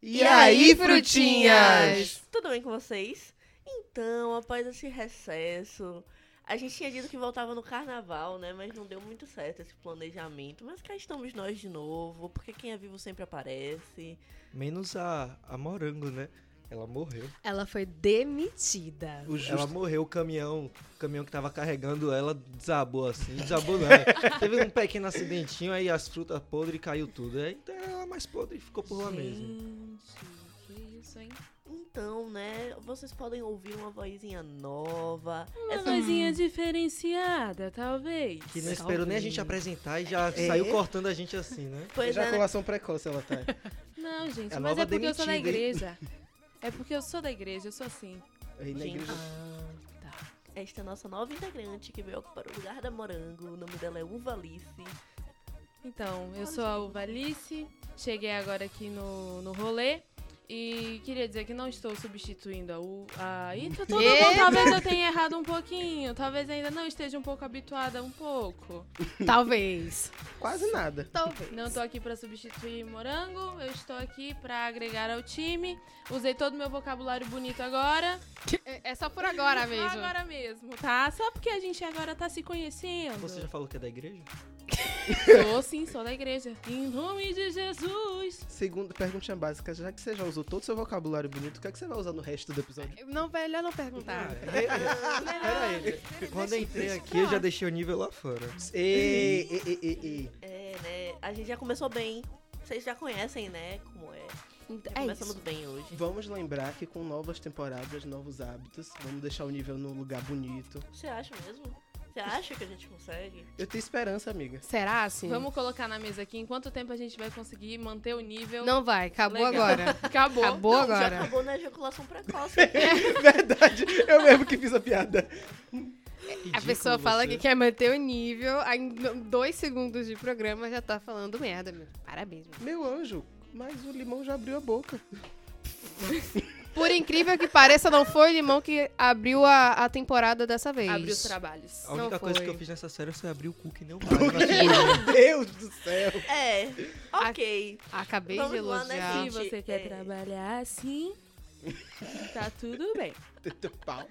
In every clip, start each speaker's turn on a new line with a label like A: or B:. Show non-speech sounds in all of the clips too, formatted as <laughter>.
A: E, aí, frutinhas?
B: Tudo bem com vocês? Então, após esse recesso, a gente tinha dito que voltava no carnaval, né? Mas não deu muito certo esse planejamento. Mas cá estamos nós de novo, porque quem é vivo sempre aparece.
A: Menos a, a Morango, né? Ela morreu.
C: Ela foi demitida.
A: O Ela morreu, o caminhão, o caminhão que tava carregando ela desabou assim. Desabou
D: <laughs>
A: não. né? Teve um pequeno acidentinho, aí as frutas podres caiu tudo. Aí então ela mais podre ficou por lá mesmo.
C: Gente, que isso, hein?
B: Então, né? Vocês podem ouvir uma vozinha nova.
E: Uma coisinha diferenciada, talvez.
A: Que não é- esperou nem a gente apresentar e já saiu cortando a gente assim, né?
B: Pois é, né?
D: Ejaculação precoce ela tá.
E: Não, gente,
A: É
E: mas
A: nova
E: é porque eu sou da
A: demitida, hein?
E: igreja. É porque eu sou da igreja, eu sou assim.
D: Aí na
B: Gente.
D: igreja.
B: Esta é a nossa nova integrante que veio ocupar o lugar da Morango. O nome dela é Uvalice.
E: Então, eu sou a Uvalice, cheguei agora aqui no, no rolê e queria dizer que não estou substituindo a U. A... Ih, tá todo mundo, talvez eu tenha errado um pouquinho, talvez ainda não esteja um pouco habituada, um pouco.
C: <laughs> Talvez.
D: Quase nada.
C: Talvez.
E: Não tô aqui pra substituir morango, eu estou aqui pra agregar ao time. Usei todo o meu vocabulário bonito agora.
C: É é só por
E: <laughs>
C: agora
E: Só
C: mesmo.
E: Agora mesmo, tá? Só porque a gente agora tá se conhecendo.
A: Você já falou que é da igreja?
E: Sou sim, sou da igreja. Em nome de Jesus.
D: Segunda perguntinha básica, já que você já usou todo o seu vocabulário bonito, o que é que você vai usar no resto do episódio?
C: Não, melhor não perguntar.
A: Ah, Peraí. Quando eu entrei aqui, eu já deixei o nível lá fora.
D: Ei, ei, ei, ei, ei.
B: É, né? A gente já começou bem. Vocês já conhecem, né? Como é. Já
C: É
B: começamos
C: isso.
B: bem hoje.
D: Vamos lembrar que com novas temporadas, novos hábitos, vamos deixar o nível num lugar bonito.
B: Você acha mesmo? Você acha que a gente consegue?
D: Eu tenho esperança, <laughs> amiga.
C: Será assim?
E: Vamos colocar na mesa aqui em quanto tempo a gente vai conseguir manter o nível.
C: Não vai, acabou
E: Legal.
C: agora.
E: Acabou.
C: Acabou
B: Não, Já
C: agora.
B: acabou na ejaculação precoce.
C: <laughs>
D: É Verdade, eu mesmo que fiz a piada.
C: A pessoa fala que quer manter o nível, aí em dois segundos de programa já tá falando merda, meu. Parabéns, meu.
D: Meu anjo, mas o limão já abriu a boca.
C: Por incrível que pareça, não foi o Limão que abriu a, a temporada dessa vez.
E: Abre os trabalhos.
A: A única
C: Não
A: coisa
C: foi.
A: que eu fiz nessa série foi abrir o cu que nem o
D: Meu Deus do céu.
B: é. Ok.
C: Acabei
B: Vamos
C: de
B: lá, né,
C: elogiar.
E: Se
B: Gente,
E: você quer
B: é.
C: <laughs>
E: trabalhar assim, tá tudo bem.
D: Teu pau.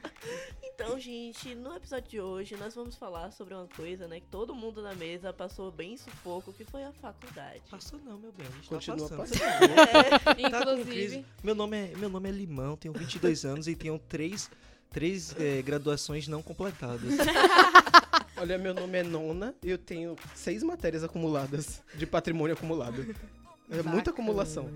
B: Então, gente, no episódio de hoje nós vamos falar sobre uma coisa, né? Que todo mundo na mesa passou bem sufoco, que foi a faculdade.
A: Passou não, meu bem. A gente
D: Continua
A: tá
D: passando.
A: passando. Tá com
E: Inclusive,
A: crise. Meu nome é, meu nome é Limão, tenho 22 anos e tenho três, três eh, graduações não completadas.
D: Olha, meu nome é Nona e eu tenho seis matérias acumuladas de patrimônio acumulado. É muita
C: Bacana.
D: acumulação.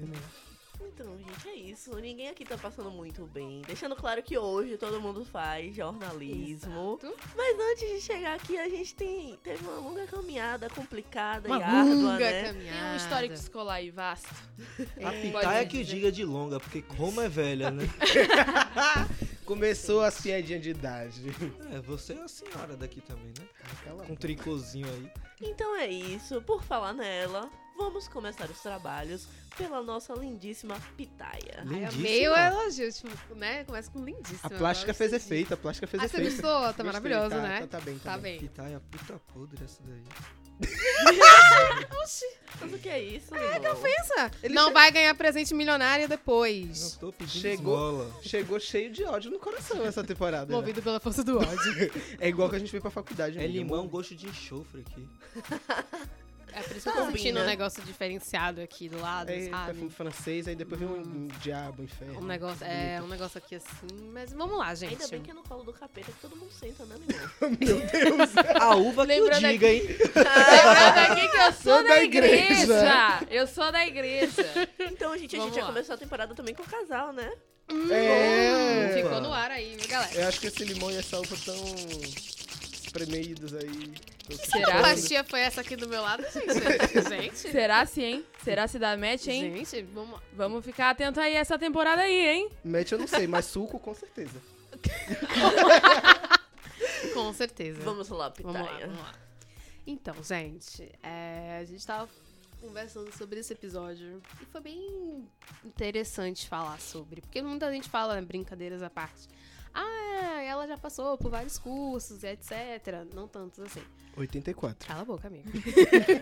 B: Então, gente, é isso. Ninguém aqui tá passando muito bem. Deixando claro que hoje todo mundo faz jornalismo.
C: Exato.
B: Mas antes de chegar aqui, a gente tem, teve uma longa caminhada complicada
C: Uma
B: e árdua,
C: longa
B: né?
E: tem
C: caminhada.
E: um histórico escolar aí vasto.
A: A
E: É, Pode
A: pitaia que
E: dizer.
A: diga de longa, porque como é velha, né?
D: Começou as piadinhas de idade.
A: É, você é a senhora daqui também, né?
D: Cala a
A: Com um tricôzinho aí.
B: Então é isso. Por falar nela, vamos começar os trabalhos pela nossa lindíssima
E: Ah, é
B: pitaia.
C: Ai,
A: Lindíssima.
C: Amei o elogio, tipo, né? Começa com lindíssimo.
D: A plástica
C: Agora
D: fez efeito, a plástica fez
C: Ah, você
D: efeito.
C: gostou? Tá
D: Gostei,
C: maravilhoso,
D: tá-
C: né?
D: Tá, tá bem, tá,
C: Tá
D: bem.
C: bem.
A: Pitaia puta podre essa daí.
B: Mas o que é isso, Lino?
C: Pensa,
D: Ele
C: não
D: che-
C: vai ganhar presente milionário
A: Não
C: depois.
A: tô pedindo
D: Chegou.
A: esmola.
D: Chegou cheio de ódio no coração essa temporada. né?
C: Movido pela força do ódio.
D: <laughs> É igual que a gente veio pra faculdade.
A: É
D: amiga.
A: limão, gosto de enxofre aqui.
C: É por isso que eu tô
B: Combina.
C: sentindo um negócio diferenciado aqui do lado,
D: É perfume
C: sabe?
D: francês, aí depois vem um, um diabo, inferno.
C: Hum. Um negócio, é, um negócio aqui assim, mas vamos lá, gente.
B: Ainda bem que é no colo do capeta que todo mundo senta, né, Lino?
A: A uva que eu
E: Lembrando
A: diga, hein?
E: Lembrando aqui que eu sou
D: da
E: da igreja. Eu sou da igreja.
B: <laughs> Então, gente, a
E: Vamos
B: gente já
E: lá.
B: começou a temporada também com o casal, né?
C: Hum.
D: É.
C: Ficou no ar aí, viu, galera?
D: Eu acho que esse limão e essa uva tão espremidos aí. Tô
C: Que
E: Será?
C: pastia foi essa aqui do meu lado, <laughs> gente? gente?
E: Será se, hein? Será se dá match, hein?
C: Gente, vamos lá.
E: Vamos ficar atento aí essa temporada aí, hein?
D: Mete eu não sei, mas suco com certeza.
C: Com certeza.
B: Vamos lá,
C: Vamos lá,
B: pitaia.
C: vamos lá. Então, gente, é, a gente tava conversando sobre esse episódio e foi bem interessante falar sobre, porque muita gente fala, né, brincadeiras à parte. Ah, ela já passou por vários cursos, etc. Não tantos assim.
D: 84.
C: Cala a boca, amigo.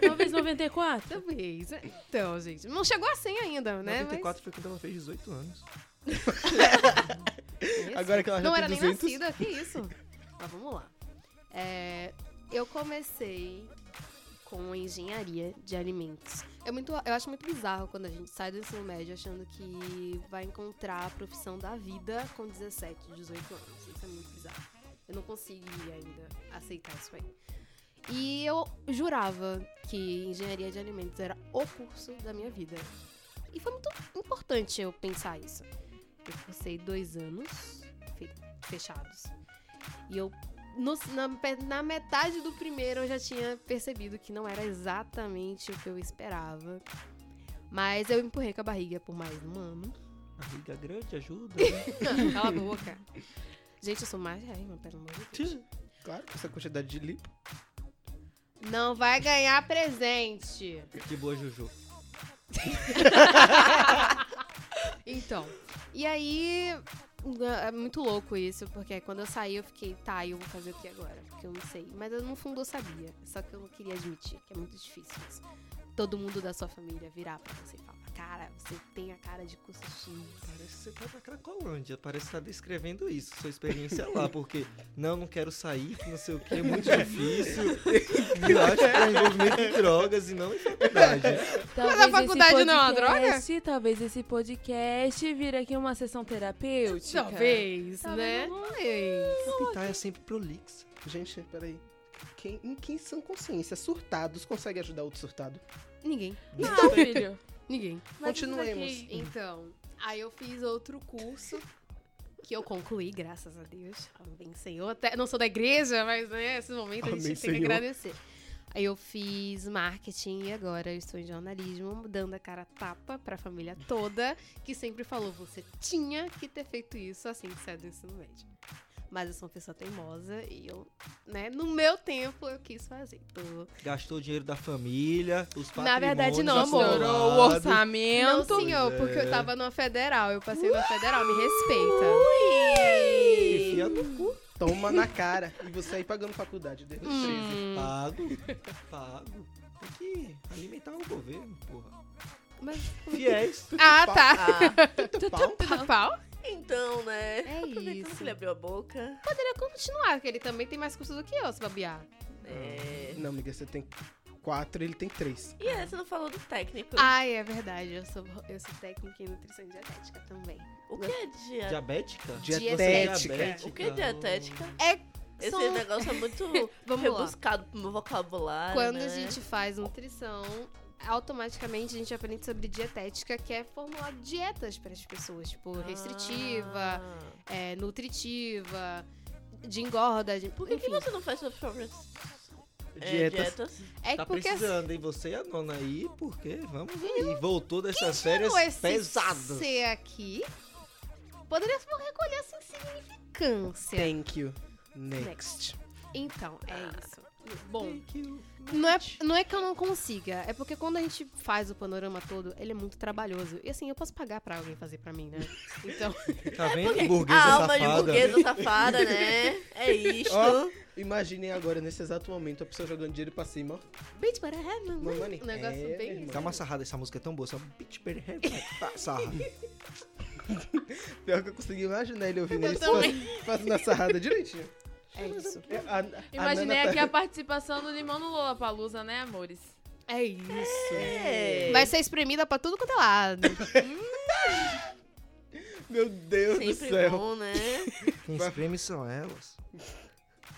E: Talvez
C: <laughs>
E: 94.
C: Talvez. Então, gente, não chegou a 100 ainda, né?
A: 94 foi quando ela fez 18 anos.
C: Mas é isso.
D: Agora que ela já
C: não
D: tem
C: era
D: 200.
C: nem nascida, que isso? Mas vamos lá. É, eu comecei com engenharia de alimentos. É muito, eu acho muito bizarro quando a gente sai do ensino médio achando que vai encontrar a profissão da vida com 17, 18 anos. Isso é muito bizarro. Eu não consegui ainda aceitar isso aí. E eu jurava que engenharia de alimentos era o curso da minha vida. E foi muito importante eu pensar isso. Eu cursei dois anos fe- fechados. E eu, no- na, pe- na metade do primeiro, eu já tinha percebido que não era exatamente o que eu esperava. Mas eu empurrei com a barriga por mais um ano.
A: Barriga grande ajuda. <laughs> né?
C: <laughs> Cala a boca. Gente, eu sou mais rainha, pelo amor de Deus.
D: Claro, com essa quantidade de lipo.
C: Não vai ganhar presente.
A: que boa, Juju.
C: Então, e aí é muito louco isso, porque quando eu saí eu fiquei, tá, eu vou fazer o que agora? Porque eu não sei. Mas eu, no fundo eu sabia, só que eu não queria admitir, que é muito difícil isso. Todo mundo da sua família virar pra você e falar, cara, você tem a cara de curso X.
A: Parece que você tá na Cracolândia. Parece que tá descrevendo isso, sua experiência lá. Porque, não, não quero sair, que não sei o que, é muito difícil. Eu acho que é envolvimento em drogas e não em faculdade. né?"
C: <laughs>
E: Talvez
C: a
E: esse
C: faculdade não é uma
E: podcast- Talvez esse podcast vira aqui uma sessão terapêutica.
C: Talvez,
E: né?
C: né? Talvez.
A: Tentar é sempre prolixo.
D: Gente, peraí. Quem, em quem são consciência? Surtados consegue ajudar outro surtado?
C: Ninguém,
E: Não, filho.
C: ninguém.
E: Mas isso
D: Continuemos.
E: daqui-
C: Então, aí eu fiz outro curso que eu concluí, graças a Deus. Amém, Senhor. Até, não sou da igreja, mas nesse momento a
D: Amém,
C: gente tem
D: Senhor.
C: que agradecer. Aí eu fiz marketing e agora eu estou em jornalismo, dando a cara a tapa pra família toda, que sempre falou, você tinha que ter feito isso assim que saiu do ensino médio. Mas eu sou uma pessoa teimosa e eu, né, no meu tempo eu quis fazer. Então,
A: Gastou o dinheiro da família, os patrimônios.
C: Na verdade, não, amor.
A: acumulados.
E: Estourou o
C: não,
E: orçamento.
C: senhor,
A: Pois é.
C: porque eu tava numa federal, eu passei na federal, me respeita.
A: Enfia no cu.
D: Toma na cara. E você aí pagando faculdade desde os 13.
C: Hum,
A: Pago. Pago. Tem que alimentar o governo, porra.
C: mas...
A: Fiéis.
C: <laughs> Ah,
D: Pau.
C: tá.
B: Ah,
D: Tudo pau?
C: Tudo pau?
B: <laughs> então, né?
C: É
B: Aproveitando
C: isso.
B: que ele abriu a boca.
C: Poderia continuar, porque ele também tem mais curso do que eu, se babiar.
B: É...
D: Não, amiga, você tem quatro, ele tem três.
B: E aí, você não falou do técnico. Ah.
C: Ai, é verdade. Eu sou, eu sou técnica em nutrição e dietética também.
B: O que é dia...
A: Diabética?
D: Dietética.
A: Você é
B: O que é dietética? Esse
C: São-
B: negócio é <laughs> muito
C: Vamos lá.
B: rebuscado pro meu vocabulário.
C: Quando
B: né?
C: a gente faz nutrição, automaticamente a gente aprende sobre dietética, que é formular dietas para as pessoas, tipo
B: é
C: restritiva,
B: Ah.
C: é, nutritiva, de engorda, de,
B: Por que, que
C: enfim.
B: você não faz suas próprias é,
D: Dietas.
B: dietas?
C: É
A: Tá
C: porque
A: precisando, hein? Você e a nona aí, porque vamos aí. Voltou dessas férias
C: tirou esse
A: pesadas.
C: C aqui poderia recolher essa insignificância.
D: Thank you. Next.
C: Então,
A: Ah.
C: é isso.
A: Hum.
C: Bom, não é, não é que eu não consiga, é porque quando a gente faz o panorama todo, ele é muito trabalhoso. E assim, eu posso pagar pra alguém fazer
A: <laughs>
C: pra mim, né? Então,
A: Tá vendo? Burguesa
B: A alma de
A: safada.
B: burguesa safada, né? É isto.
D: Ó. Imaginem agora, nesse exato momento, a pessoa jogando dinheiro pra cima. ó.
C: bitch, but I have no money.
D: Mamãe,
C: Um negócio
D: é,
C: bem.
D: irmão.
A: Dá uma sarrada, essa música é tão boa. Essa bitch better have it. Tá, sarra.
D: Pior que eu consegui imaginar ele ouvindo
C: Eu
D: isso.
C: também.
D: faz- Fazendo a sarrada direitinho.
C: É isso.
D: É, a- a
E: Imaginei
D: Nana tá-
E: aqui a participação do Limão no Lollapalooza, né, amores?
C: É isso.
B: É.
C: Vai ser espremida pra tudo quanto é lado.
D: Meu Deus <laughs> do
B: Sempre
D: céu.
B: bom, né?
A: Quem espreme são elas.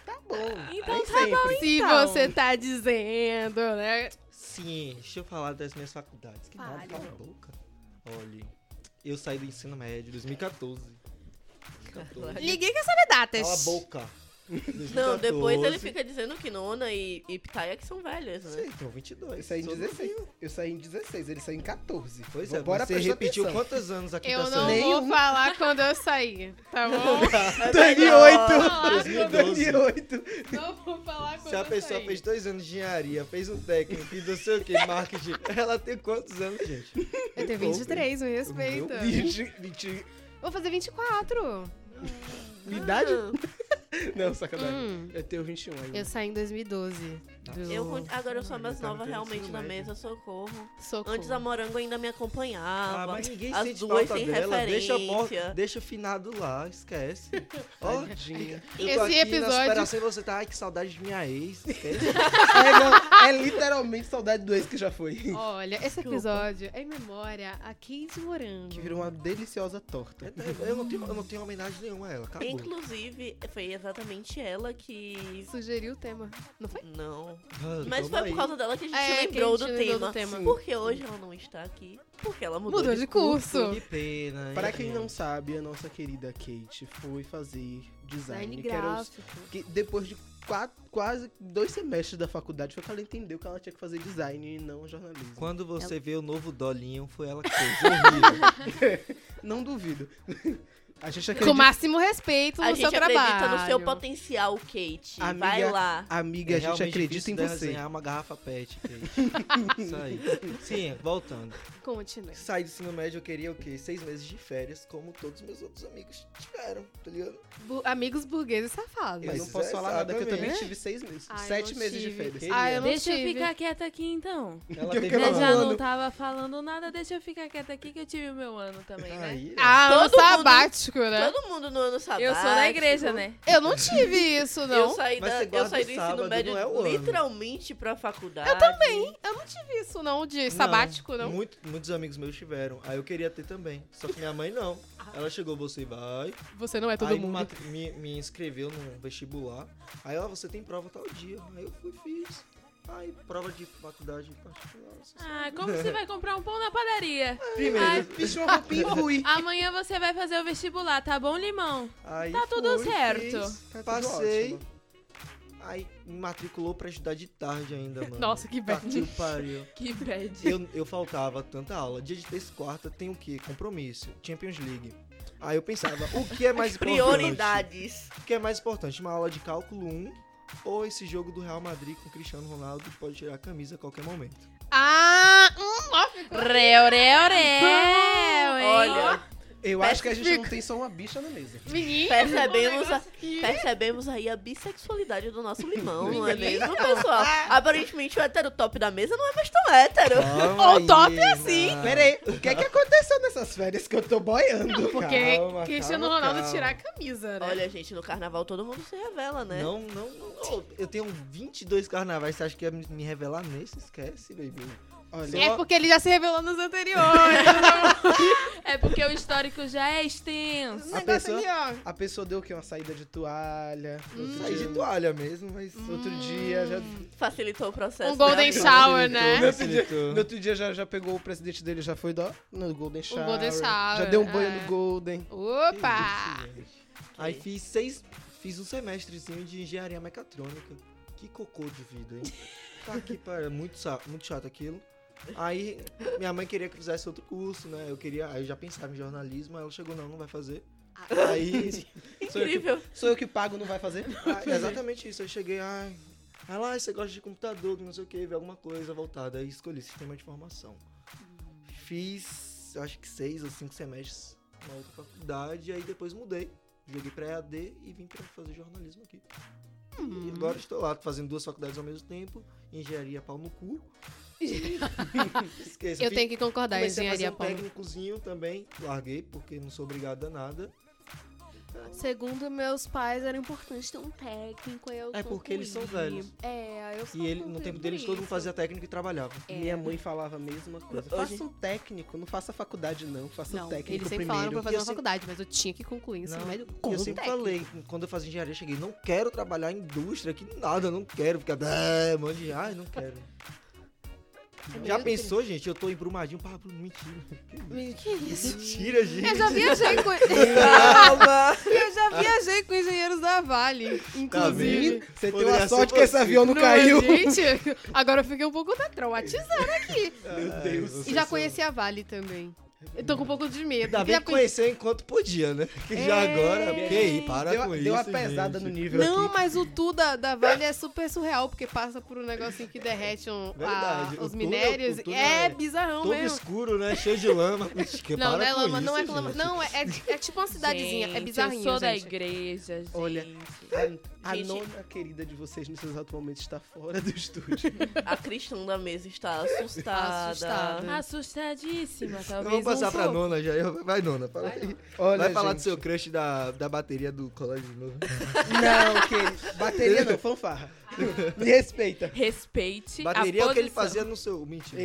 D: Tá bom.
E: Então
D: Nem sempre.
C: Se
E: Então.
C: você tá dizendo, né?
A: Sim, deixa eu falar das minhas faculdades. Que nada,
C: Fale.
A: cala a boca. Olha, eu saí do ensino médio em 2014. 2014.
C: Ninguém quer saber datas.
A: Cala a boca.
B: Não,
A: 2014.
B: depois ele fica dizendo que Nona e, e Pitaia que são velhas, né?
A: Sim, então 22.
D: Eu saí em
A: Sou
D: 16. Eu saí em 16, ele saiu em 14.
A: Pois
D: Vou-
A: é,
D: Bora
A: você
D: prestar
A: repetiu
D: atenção.
A: quantos anos aqui
C: Eu
A: tá
C: não
A: sendo?
C: vou falar quando eu sair, tá bom?
A: É
D: Dani
C: Falar quando-
D: 2008.
C: Não vou falar quando
A: Se a
C: eu
A: pessoa
C: sair.
A: fez dois anos de engenharia, fez um técnico, fez não sei o que, marketing, ela tem quantos anos, gente?
C: Eu tenho 23, me respeita.
D: Meu Deus, 20.
C: Vou fazer 24.
D: Minha idade?
B: Ah,
D: <laughs> Não, sacanagem.
C: Hum,
D: Eu tenho 21 aí.
C: eu saí em 2012. Do...
B: eu, con- agora eu sou a mais
D: Tá no
B: nova
D: terceiro
B: realmente na
D: médio.
B: mesa, socorro.
C: Socorro.
B: Antes a Morango ainda me acompanhava.
A: Ah, mas ninguém
B: As
A: sente
B: duas
A: falta
B: sem
A: dela. Deixa, mor-
B: referência.
A: deixa o finado lá, esquece. Ó,
D: Tadinha.
A: eu
C: Esse
A: tô aqui
C: episódio-
A: na superação e você tá, ai, que saudade de minha ex, esquece.
D: é, não, é literalmente saudade do ex que já foi.
C: Olha, esse episódio é em memória a Kate Morango.
D: Que virou uma deliciosa torta.
A: Eu não tenho, eu não tenho homenagem nenhuma a ela, acabou.
B: Inclusive, foi exatamente ela que.
C: Sugeriu o tema. Não foi?
B: Não.
A: Ah,
B: Mas
A: tamo
B: foi
A: aí.
B: por causa dela que a gente
C: É, que a
B: lembrou
C: gente
B: do
C: lembrou
B: tema.
C: do tema.
B: Porque hoje ela não está aqui. Porque ela mudou,
C: Mudou de curso.
A: Que pena. hein?
D: Para quem não sabe, a nossa querida Kate foi fazer design,
C: Design
D: que era o-
C: gráfico.
D: que depois de quatro- quase dois semestres da faculdade foi que ela entendeu que ela tinha que fazer design e não jornalismo.
A: Quando você vê o novo Dolinho, foi ela que fez. Horrível.
D: Não duvido. A gente
C: Com
D: acredita,
C: máximo respeito no
B: A gente
C: seu
B: acredita
C: trabalho.
B: no seu potencial, Kate.
D: Amiga,
B: Vai lá.
D: amiga, a gente
A: É realmente
D: acredita
A: difícil né,
D: em
A: de
D: você.
A: desenhar uma garrafa pet, Kate.
D: <laughs>
A: Isso aí. Sim, voltando.
C: Continue.
A: Saí do ensino médio, eu queria o quê? Seis meses de férias, como todos meus outros amigos tiveram, tá ligado?
C: Bu- amigos burgueses safados.
D: Eu
A: Mas
D: não posso
A: é
D: falar nada, que eu também
A: exatamente.
D: tive seis meses.
C: Ah, eu
D: sete
C: não
D: meses
C: tive.
D: de férias.
A: Ah,
C: Ah, eu não
E: deixa
C: tive.
E: eu ficar quieta aqui então.
A: Ela
D: Eu
A: teve um
D: quero
A: uma-
E: Eu já
D: falando.
E: não tava falando nada, deixa eu ficar quieta aqui que eu tive o meu ano também, né?
A: Aí,
C: Ah,
B: Todo
C: ano
B: mundo-
C: sabático, né?
B: Todo mundo no ano sabático.
E: Eu sou da igreja, né?
C: Eu não tive <laughs> isso,
B: Eu
C: não.
B: saí,
A: Mas
B: da,
A: você
B: eu
A: guarda
B: saí
A: o
B: do ensino
A: sábado,
B: médio
A: não é o ano.
B: literalmente pra faculdade. Eu também.
C: Eu não tive isso, não, de sabático, não.
A: muito- muitos amigos meus tiveram. Aí eu queria ter também. Só que minha mãe não. Ela chegou, você vai.
C: Você não é Ah. todo
A: aí
C: mundo.
A: mat- Me, me inscreveu num vestibular. Aí ela, você tem prova tal dia. Aí eu fui fiz. Aí, prova de faculdade particular. assim. essas
E: Ah, como você vai comprar um pão na padaria?
A: Primeiro.
E: Ai,
D: Vesti uma
A: <laughs>
D: roupinha e fui.
E: amanhã você vai fazer o vestibular, tá bom, limão?
A: Aí
E: Tá tudo
A: fui,
E: certo.
A: fiz,
D: Tá tudo
A: passei.
D: ótimo.
A: Aí me matriculou pra estudar de tarde ainda, mano.
C: Nossa, que
A: Tá
C: bad. <laughs>
A: que pariu.
E: Que bad.
A: Eu, eu faltava tanta aula. Dia de terça e quarta tem o quê? Compromisso. Champions League. Aí eu pensava, o que é mais importante?
B: Prioridades.
A: O que é mais importante? Uma aula de cálculo 1 ou esse jogo do Real Madrid com o Cristiano Ronaldo que pode tirar a camisa a qualquer momento?
C: Ah, hum, ó, ficou-
E: Reu, reu, reu, hein?
B: Olha,
D: Eu acho que a gente não tem só uma bicha na
A: <laughs>
D: mesa.
C: menino.
B: percebemos, a-
C: que-
B: percebemos aí a bissexualidade do nosso limão, não é mesmo,
A: <laughs>
B: pessoal? Aparentemente o hétero top da mesa não é mais tão hétero.
A: Calma
C: <laughs> O top
A: aí,
C: é assim.
A: mano.
D: Pera aí, o que é que aconteceu nessas férias que eu tô boiando?
C: <laughs> Porque
A: Calma,
C: Cristiano
A: calma,
C: Ronaldo
A: calma.
C: tirar a camisa, né?
B: Olha, gente, no carnaval todo mundo se revela, né?
A: Não, não, não. Eu tenho 22 carnavais. Você acha que ia me me revelar nesse? Esquece, baby.
D: Olha,
C: É porque ele já se revelou nos
A: <laughs>
C: anteriores.
E: É porque o histórico já é extenso.
D: a pessoa, a pessoa deu o quê? Uma saída de toalha.
C: Hum.
A: Eu
D: Outro,
A: saí de
D: dia,
A: toalha mesmo, mas.
D: outro dia já.
B: Facilitou o
A: tá
B: processo.
C: Um golden
B: né?
C: shower, né?
A: Facilitou.
D: No outro dia já, já pegou o presidente dele, já foi do, no Golden Shower.
C: Golden Shower,
D: Já deu um banho
C: é.
D: no Golden.
C: Opa!
A: Que isso, gente. Aí fiz seis. Fiz um semestrezinho de engenharia mecatrônica. Que cocô de vida, hein?
C: <laughs>
A: Tá aqui, para muito, sa- muito chato aquilo. Aí minha mãe queria que eu fizesse outro curso, né? Eu queria. Aí eu já pensava em jornalismo, aí ela chegou, não, não vai fazer.
C: Ah.
A: Aí.
C: <laughs>
A: sou eu que- <laughs>
B: Incrível.
D: Sou eu que pago, não vai fazer?
A: Ah, é exatamente isso. Eu cheguei, ai. Aí lá, você gosta de computador, não sei o que, vê alguma coisa voltada. Aí escolhi sistema de informação. Fiz, eu acho que seis ou cinco semestres na outra faculdade, aí depois mudei. Joguei pra EAD e vim pra fazer jornalismo aqui.
C: Uhum.
A: E agora estou lá, fazendo duas faculdades ao mesmo tempo, engenharia pau no
C: <laughs>
A: cu. Esqueça.
C: Eu
A: fiz-
C: tenho que concordar,
A: comecei a fazer
C: engenharia
A: um
C: Paulo.
A: técnicozinho também, larguei, porque não sou obrigado a nada.
C: Segundo meus pais, era importante ter um técnico. Eu
A: É porque eles são
C: concluí.
A: velhos.
C: É, eu só
A: E ele, no
C: concluí
A: tempo
C: por
A: deles, todo mundo
C: isso. É.
A: fazia técnico e trabalhava.
D: Minha mãe falava a mesma coisa.
B: Hoje-
D: Faça um técnico, não faça faculdade, não. Faça
C: Não,
D: um técnico
C: eles sempre
D: primeiro.
C: falaram pra eu
A: E
C: fazer
A: eu
C: uma
A: sempre-
C: faculdade, mas eu tinha que concluir o ensino
A: Não,
C: médio
A: e
C: com
A: eu sempre
C: técnico.
A: falei, quando eu fazia engenharia, eu cheguei, não quero trabalhar em indústria, que nada, não quero ficar, "Ah, mande de, ai, não quero.
C: É meio
A: Já pensou, gente? Eu tô embrumadinho, pá, Bruno, mentira.
C: Que isso?
A: Mentira, gente.
C: Eu já
A: <laughs>
C: viajei com, <laughs>
B: Calma.
C: eu já viajei com engenheiros da Vale,
A: Tá
C: inclusive.
D: Menino, Você tem
A: Poderia
D: uma
A: ser
D: sorte que esse
A: você.
D: avião não, caiu.
C: Gente, agora eu fiquei um pouco traumatizada aqui.
D: Meu Deus.
C: E já conheci a Vale também.
E: Eu tô com um pouco de medo.
A: Ainda bem
E: Queria
A: que
E: conhecer-
A: conhecer enquanto podia, né? <laughs> Que já agora, que aí, para
D: deu,
A: com
D: deu
A: isso,
D: uma pesada
A: gente.
D: no nível
C: Não,
D: aqui.
C: mas o tu da, da Vale é super surreal, porque passa por um negocinho que derrete um- a-
A: Verdade, o
C: os
A: túnel-
C: minérios.
A: o túnel
C: é,
A: é
C: bizarrão
A: Todo
C: mesmo.
A: escuro, né? Cheio de lama. Ixi, que para
C: Não, não é
A: com
C: lama, não é
A: isso,
C: lama.
A: gente.
C: Não, é, é- é tipo uma cidadezinha, é
E: Gente,
C: bizarrinho,
E: Eu sou da
C: gente.
E: igreja, gente.
D: Olha. A, a
B: Gente-
D: nona querida de vocês nesse exato momento está fora do estúdio.
B: A cristã da mesa está assustada.
C: Assustada.
E: Assustadíssima,
A: Eu
E: talvez.
A: vou passar
E: um
A: pra
E: pouco.
A: Nona já. Eu- Vai, Nona, fala aí.
D: Olha,
A: Vai falar do
D: gente,
A: seu crush da, da bateria do colégio de novo.
D: Não, que bateria
A: <laughs>
D: não, fanfarra. Me respeita.
E: Respeite
A: Bateria
E: a
A: é o que ele
E: posição.
A: fazia no seu. Mentira.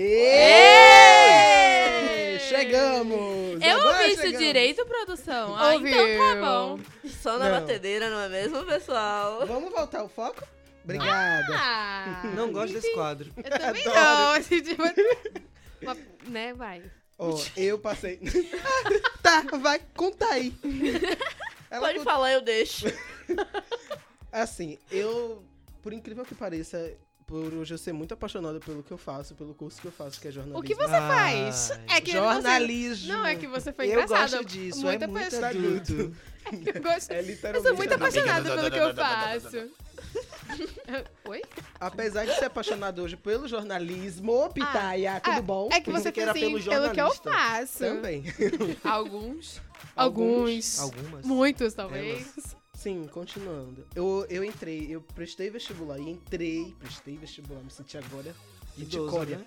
D: Ei! Chegamos!
E: Eu
D: Agora
E: ouvi isso
D: chegamos.
E: direiro, produção. Ah, então tá bom.
B: Só na
D: Não.
B: batedeira, não é mesmo, pessoal?
D: Vamos voltar ao foco? Obrigada.
C: Ah,
A: Não é gosto desse quadro.
C: eu também
D: Adoro.
C: não. esse tipo- <laughs> Uma- né, vai.
D: Ó, eu passei. <laughs> tá, vai, conta aí. Ela
B: Pode
D: conta-
B: falar, eu deixo.
D: Assim, eu, por incrível que pareça, por hoje eu ser muito apaixonada pelo que eu faço, pelo curso que eu faço, que é jornalismo.
C: O que você faz? É que você...
D: Jornalismo.
C: Não, é que você foi
A: eu
C: engraçado.
A: gosto disso,
C: Muita
A: é muito <laughs>
C: pessoa-
A: adulto.
C: Eu gosto.
D: É
C: Eu
D: literalmente.
C: sou muito apaixonada pelo que eu faço. <laughs> Oi?
D: Apesar de ser apaixonado hoje pelo jornalismo, Pitaia, tudo
C: ah,
D: bom?
C: É que
A: Eu
C: você
A: pensei que era
C: pensa pelo,
A: pelo
C: pelo que eu
A: jornalista.
C: faço.
D: Também. <laughs>
E: Alguns.
C: Alguns.
A: Algumas.
C: Muitos, talvez.
D: Sim, continuando. Eu, eu entrei, eu prestei vestibular e entrei, prestei vestibular, me senti agora
A: Idoso,
D: anticória.
A: né?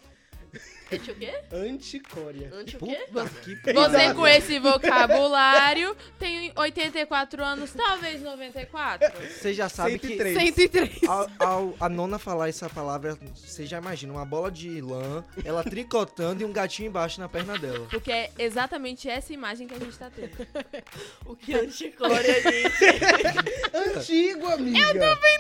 B: Ante o
D: <laughs>
B: quê?
D: Anticória.
B: Ante o
A: Tipo,
B: quê?
A: Puta que
E: Você
A: pariu.
E: com esse vocabulário tem 84 anos, talvez 94.
A: Você já sabe que
D: 103.
C: 103.
A: ao, ao- a nona falar essa palavra, você já imagina uma bola de lã, ela tricotando e um gatinho embaixo na perna dela.
E: Porque é exatamente essa imagem que a gente tá tendo.
B: O que é anticória, gente?
D: Antigo, amiga. Eu também.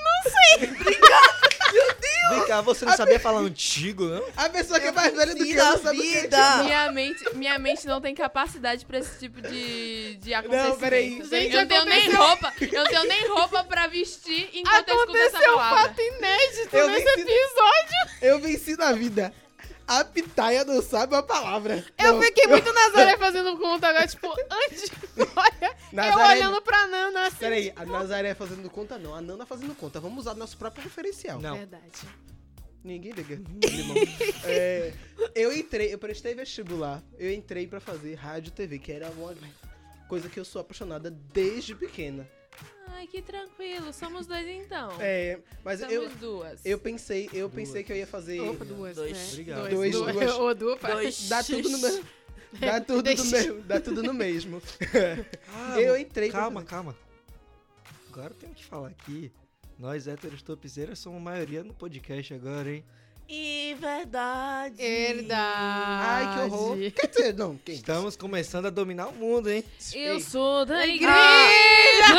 A: Vem cá, você não sabia falar antigo, não?
D: A pessoa que é mais velha do que
B: da
D: eu sabe o que é.
B: vida!
E: Minha mente, minha mente não tem capacidade pra esse tipo de, de acontecimento.
D: Não, peraí.
E: eu não tenho nem roupa, eu não tenho nem roupa pra vestir enquanto eu escuto essa
C: Aconteceu um
E: palavra.
C: fato inédito
D: Eu
C: nesse
D: venci-
C: episódio.
D: Eu venci na vida. A pitaia não sabe uma palavra.
C: Eu
D: Não.
C: fiquei muito Nazaré fazendo conta agora, tipo, antes. Olha, eu
D: Nazaré-
C: olhando pra Nana assim.
D: Peraí, a Nazaré fazendo conta não, a Nana fazendo conta. Vamos usar nosso próprio referencial.
A: Não.
C: Verdade.
D: Ninguém liga. Limão. É, eu entrei, eu prestei vestibular. Eu entrei pra fazer rádio e TV, que era uma coisa que eu sou apaixonada desde pequena.
E: Ai, que tranquilo, somos dois então.
D: É, mas
E: Somos
D: eu,
E: duas.
D: eu pensei, eu pensei que eu ia fazer
C: Opa, duas,
B: Dois.
C: né?
A: Obrigado.
D: Dois, duas.
C: Ou duas.
B: Dois.
D: dá tudo no mesmo. Dá tudo no mesmo, dá tudo no mesmo. Eu entrei pra
A: Calma,
D: fazer-
A: calma. Agora eu tenho que falar aqui. Nós héteros topzeiras somos a maioria no podcast agora, hein?
B: E verdade.
C: Verdade.
D: Ai, que horror. Quer dizer, não, quem? <laughs>
A: Estamos começando a dominar o mundo, <laughs> hein?
E: Eu sou
D: É
E: da
C: Ai,
E: igreja.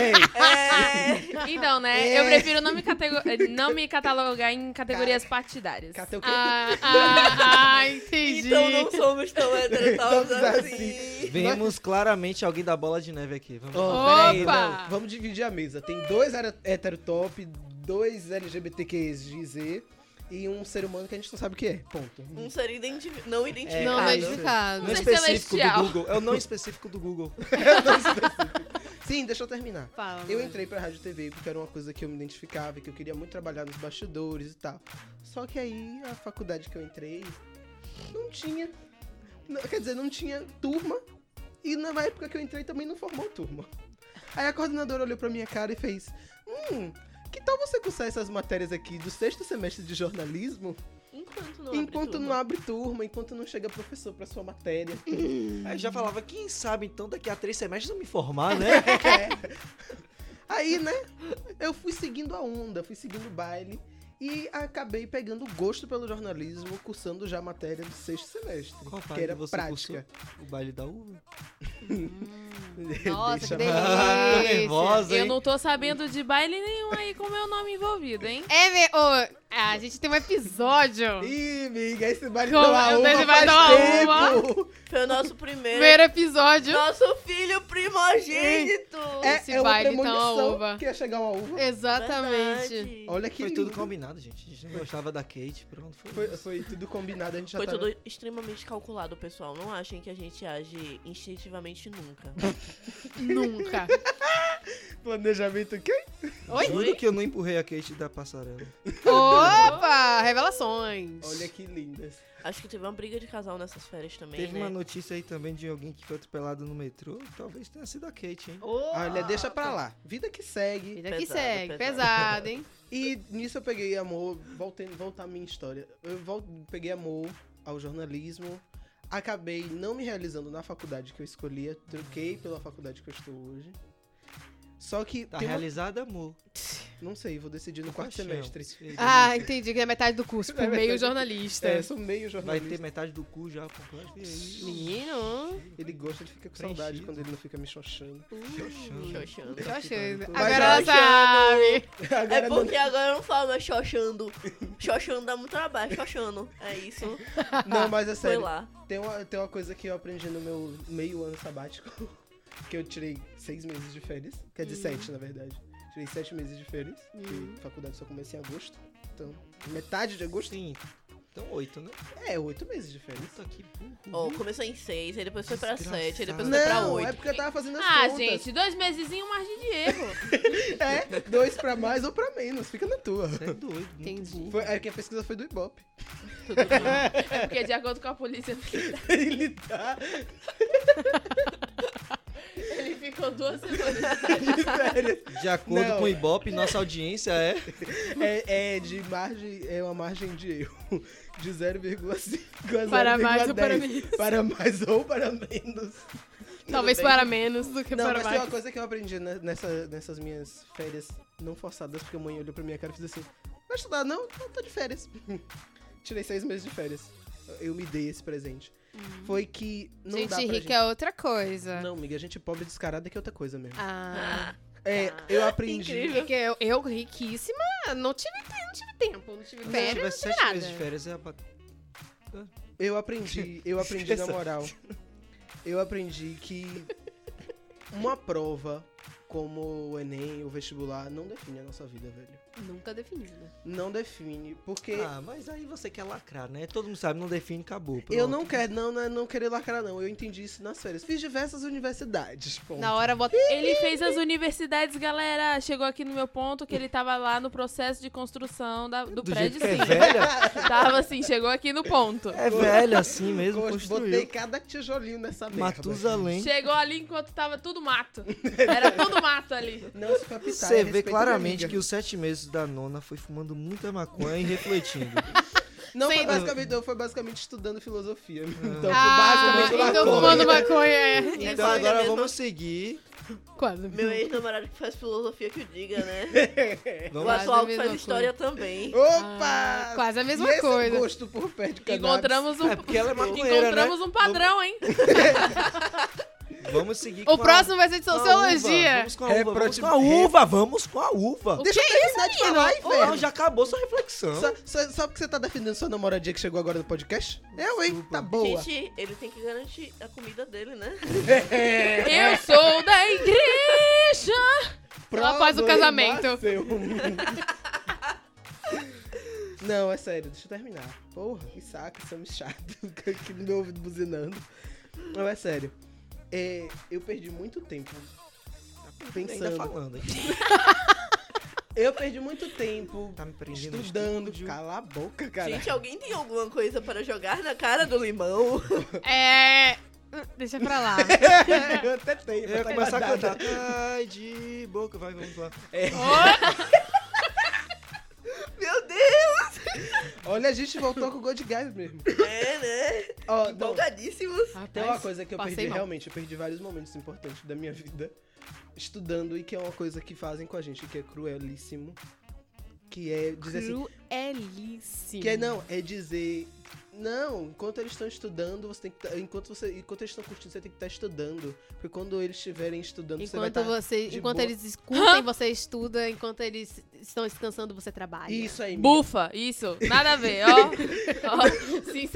D: Ei,
B: É.
E: Então, né?
D: É.
E: Eu prefiro não me, catego- não me catalogar em categorias partidárias.
D: cadê o quê?
C: Ah, <laughs> ah, ah, entendi.
B: Então não somos tão heterossexuais
D: <laughs> Estamos
B: assim.
A: Vemos claramente alguém da bola de neve aqui. Vamos lá.
D: Ó, peraí,
C: Opa!
D: não. Vamos dividir a mesa. Tem dois hétero- hétero top, dois LGBTQZ e um ser humano que a gente não sabe o que é. Ponto.
B: Um ser identifi- não identificado.
C: Não,
D: É,
C: mas
D: cara,
A: Não
C: identificado.
E: sei.
A: específico do
E: celestial.
A: Google. É o <laughs> não específico do Google.
D: Sim, deixa eu terminar.
C: Fala,
D: Eu
C: mano.
D: entrei pra rádio e TV porque era uma coisa que eu me identificava, e que eu queria muito trabalhar nos bastidores e tal. Só que aí a faculdade que eu entrei não tinha. não- quer dizer, não tinha turma. E na época que eu entrei também não formou turma. Aí a coordenadora olhou pra minha cara e fez: Hum, que tal você cursar essas matérias aqui do sexto semestre de jornalismo?
B: Enquanto não
D: enquanto
B: abre
D: não abre turma, enquanto não chega professor pra sua matéria.
A: Aí já falava, quem sabe então daqui a três semestres eu me formar, <laughs> né?
D: Aí, né, eu fui seguindo a onda, fui seguindo o baile e acabei pegando gosto pelo jornalismo, cursando já a matéria do sexto semestre,
A: Qual
D: que
A: baile
D: era
A: você
D: prática.
A: O baile da né? uva.
C: Nossa, que
D: Deixa-
A: <laughs>
C: delícia.
A: Ah, nervosa,
E: Eu
A: hein?
E: não tô sabendo de baile nenhum aí com meu nome envolvido, hein?
C: É, me... ô, Ah, a gente tem um episódio.
D: Ih, miga, esse vai
E: Como?
D: dar uma
E: Eu sei,
D: uva
E: vai
D: faz
E: dar uma
D: tempo.
B: Foi o nosso primeiro.
C: Primeiro episódio.
B: Nosso filho primogênito.
C: Esse
D: É, é uma
C: baile tá uma
D: premonição
C: uva.
D: que ia chegar uma uva.
C: Exatamente.
B: Verdade.
D: Olha que
A: Foi
D: lindo.
A: tudo combinado, gente. A gente não gostava da Kate, pronto. Foi,
D: Foi,
A: isso.
D: foi tudo combinado, a gente já tá
B: Foi
D: tava...
B: tudo extremamente calculado, pessoal. Não achem que a gente age instintivamente nunca.
D: <laughs>
C: Nunca.
D: Planejamento que
C: Oi?
A: Juro que eu não empurrei a Kate da passarela.
C: Opa! Revelações.
D: Olha que lindas.
B: Acho que teve uma briga de casal nessas férias também,
A: Teve
B: né?
A: uma notícia aí também de alguém que foi atropelado no metrô. Talvez tenha sido a Kate, hein?
D: Olha, deixa pra lá. Vida que segue.
C: Vida que
B: Pesado,
C: segue.
B: pesado.
C: Pesado, hein?
D: E nisso eu peguei amor, voltei, voltar à minha história. Eu vol- peguei amor ao jornalismo. Acabei não me realizando na faculdade que eu escolhia, troquei pela faculdade que eu estou hoje. Só que
A: Tá
D: tem uma-
A: realizado, amor.
D: não sei, vou decidir no quarto
A: Paixão.
D: semestre.
A: Sim.
C: Ah, entendi. Que é metade do curso. Por
D: É
C: meio
D: metade.
C: jornalista.
D: É, sou meio
A: Vai
D: jornalista.
A: ter metade do cu já completo. E
D: é.
A: aí?
C: Menino.
D: Ele gosta, ele fica com
A: Preenchido.
D: saudade quando ele não fica me xoxando.
A: Xoxando.
B: Xoxando.
C: Tô achando.
A: Vai,
C: Agora ela
B: Xoxando.
C: sabe.
D: Agora
B: É
D: não-
B: porque agora eu não falo mais xoxando. Xoxando dá muito trabalho, xoxando. É
D: <laughs>
B: isso.
D: Não, mas
A: <laughs>
D: é
B: Foi
D: sério.
B: lá.
D: Tem uma, tem uma coisa que eu aprendi no meu meio ano sabático, <laughs> que eu tirei seis meses de férias. Quer dizer, sete, na verdade. Tirei sete meses de férias,
C: Hum.
D: porque faculdade só comecei em agosto. Então, metade de agosto
A: Sim. Então, oito, né?
D: é oito meses de férias.
A: Puta que burro.
B: Ó, começou em 6, aí depois foi pra 7, aí depois foi pra
D: Não, é
B: 8.
D: porque eu tava fazendo as
E: Ah,
D: contas.
E: gente, dois meses em um margem de erro.
D: É, dois pra mais ou pra menos, fica na tua.
A: Você é doido. muito
C: Entendi.
D: Foi, é que a pesquisa foi do Ibope. <laughs>
E: É porque, de acordo com a polícia,
D: Ele tá
E: ele ficou duas semanas.
D: de férias.
A: De acordo
D: Não.
A: com o Ibope, nossa audiência é.
D: É, é de margem, é uma margem de erro. De 0,5 a 0,10.
C: Para mais ou para menos.
D: Para mais ou para menos.
C: <laughs> Talvez
B: bem.
C: para menos do que
D: Não,
C: para
D: mas tem uma
C: mais.
D: coisa que eu aprendi ne- nessa- nessas minhas férias não forçadas, porque a mãe olhou pra minha cara e fez assim, vai estudar não? Não, tô de férias. <laughs> Tirei seis meses de férias. Eu me dei esse presente.
C: Hum.
D: Foi que não dá
C: Gente
D: pra
C: rica
D: gente...
C: é outra coisa.
D: Não, amiga, gente pobre descarada que é outra coisa mesmo.
C: Ah,
D: é, eu aprendi...
C: é que eu, eu riquíssima, não tive, te- não tive tempo, não tive
A: Se
C: férias,
A: tiver
C: não tive
A: sete
C: nada.
A: meses de férias, é a bat- <laughs>
D: Eu aprendi, eu aprendi na
A: Esqueça.
D: moral. Eu aprendi que uma prova como o Enem, o vestibular, não define a nossa vida, velho.
C: Nunca definida.
D: Não define, porque
A: Ah, mas aí você quer lacrar, né? Todo mundo sabe, não define, acabou.
D: eu
A: pronto.
D: não quero, não, não, é não querer lacrar, não. Eu entendi isso nas férias. Fiz diversas universidades, ponto.
C: Na hora bota.
E: Ele fez as universidades, galera. Chegou aqui no meu ponto que ele tava lá no processo de construção da- do,
A: Do jeito
E: prédio,
A: que é
E: sim.
A: velha,
E: Tava assim, chegou aqui no ponto.
A: é velha assim mesmo,
D: Gosto- Botei
A: construiu.
D: cada tijolinho nessa merda.
A: Matusalém.
E: Chegou ali enquanto tava tudo
A: <laughs>
E: mato. Era tudo mato ali.
D: Não se captar,
A: Você vê claramente que os sete meses da nona foi fumando muita maconha e refletindo.
D: Não, foi
C: Sim.
D: basicamente, não, foi basicamente estudando filosofia. Então, foi
A: é
C: Ah,
D: basicamente
C: então
D: maconha.
C: fumando maconha. é.
A: então
B: Maconha
A: agora
B: mesmo.
A: vamos seguir.
C: Quase.
B: Meu ex-namorado que faz filosofia que o diga, né? O
A: Vamos,
C: Quase a
B: atual que
C: mesma
B: faz
C: coisa.
B: história também.
D: Opa!
C: Ah, Quase a
D: E
C: mesma
D: esse é um
C: coisa.
D: gosto por pé de cannabis?
E: Encontramos um,
A: É porque ela é maconheira, né?
E: encontramos um padrão, hein?
A: vamos seguir
C: O
A: com a-
C: próximo vai ser de
A: com a uva.
C: sociologia.
A: Vamos com a
D: É
A: uva, vamos
D: proti-
A: com a uva, vamos com a uva.
D: Deixa eu terminar de falar, hein,
A: Oh,
D: velho.
A: já acabou sua reflexão.
D: Sa- sa- Sabe que você tá defendendo sua namoradinha que chegou agora no podcast? Eu, hein?
A: Desculpa.
D: Tá boa.
B: Gente, ele tem que garantir a comida dele, né?
A: É.
E: Eu sou da igreja!
C: Só após o casamento.
D: <laughs> Não, é sério, deixa eu terminar. Porra, que saco, estamos <laughs> chato. Aqui no meu ouvido buzinando. Não, é sério. É, eu perdi muito tempo
A: Ainda
D: pensando.
A: falando, hein?
D: Eu perdi muito tempo
A: Tá me prendendo. no
D: estudando.
A: estúdio.
D: Cala a boca, cara.
B: Gente, alguém tem alguma coisa para jogar na cara do limão? <laughs>
C: É. Deixa pra <laughs> lá.
D: <laughs> eu até tenho.
A: Eu
D: mas
A: ia
D: tá
A: começar a
D: guardado.
A: cantar. Ai, de boca, vai, vamos lá.
B: Meu Deus!
D: Olha, a gente voltou com o Gold Guys mesmo.
B: É, <laughs> né?
D: Ó, não,
B: Empolgadíssimos.
D: tem uma coisa que eu
C: passei
D: perdi
C: mal.
D: realmente. Eu perdi vários momentos importantes da minha vida estudando e que é uma coisa que fazem com a gente, que é cruelíssimo. Que é dizer assim.
C: Cruelíssimo.
D: Que é, não, é dizer Não, enquanto eles estão estudando, você tem que tá- enquanto você enquanto eles estão curtindo, você tem que estar estudando, porque quando eles estiverem estudando, você vai tá
C: Enquanto,
D: estar
C: você,
D: de
C: enquanto
D: boa.
C: eles escutem, você estuda. Enquanto eles estão descansando, você trabalha.
D: Isso aí. amiga.
E: Bufa, isso, nada a ver, ó. Ó,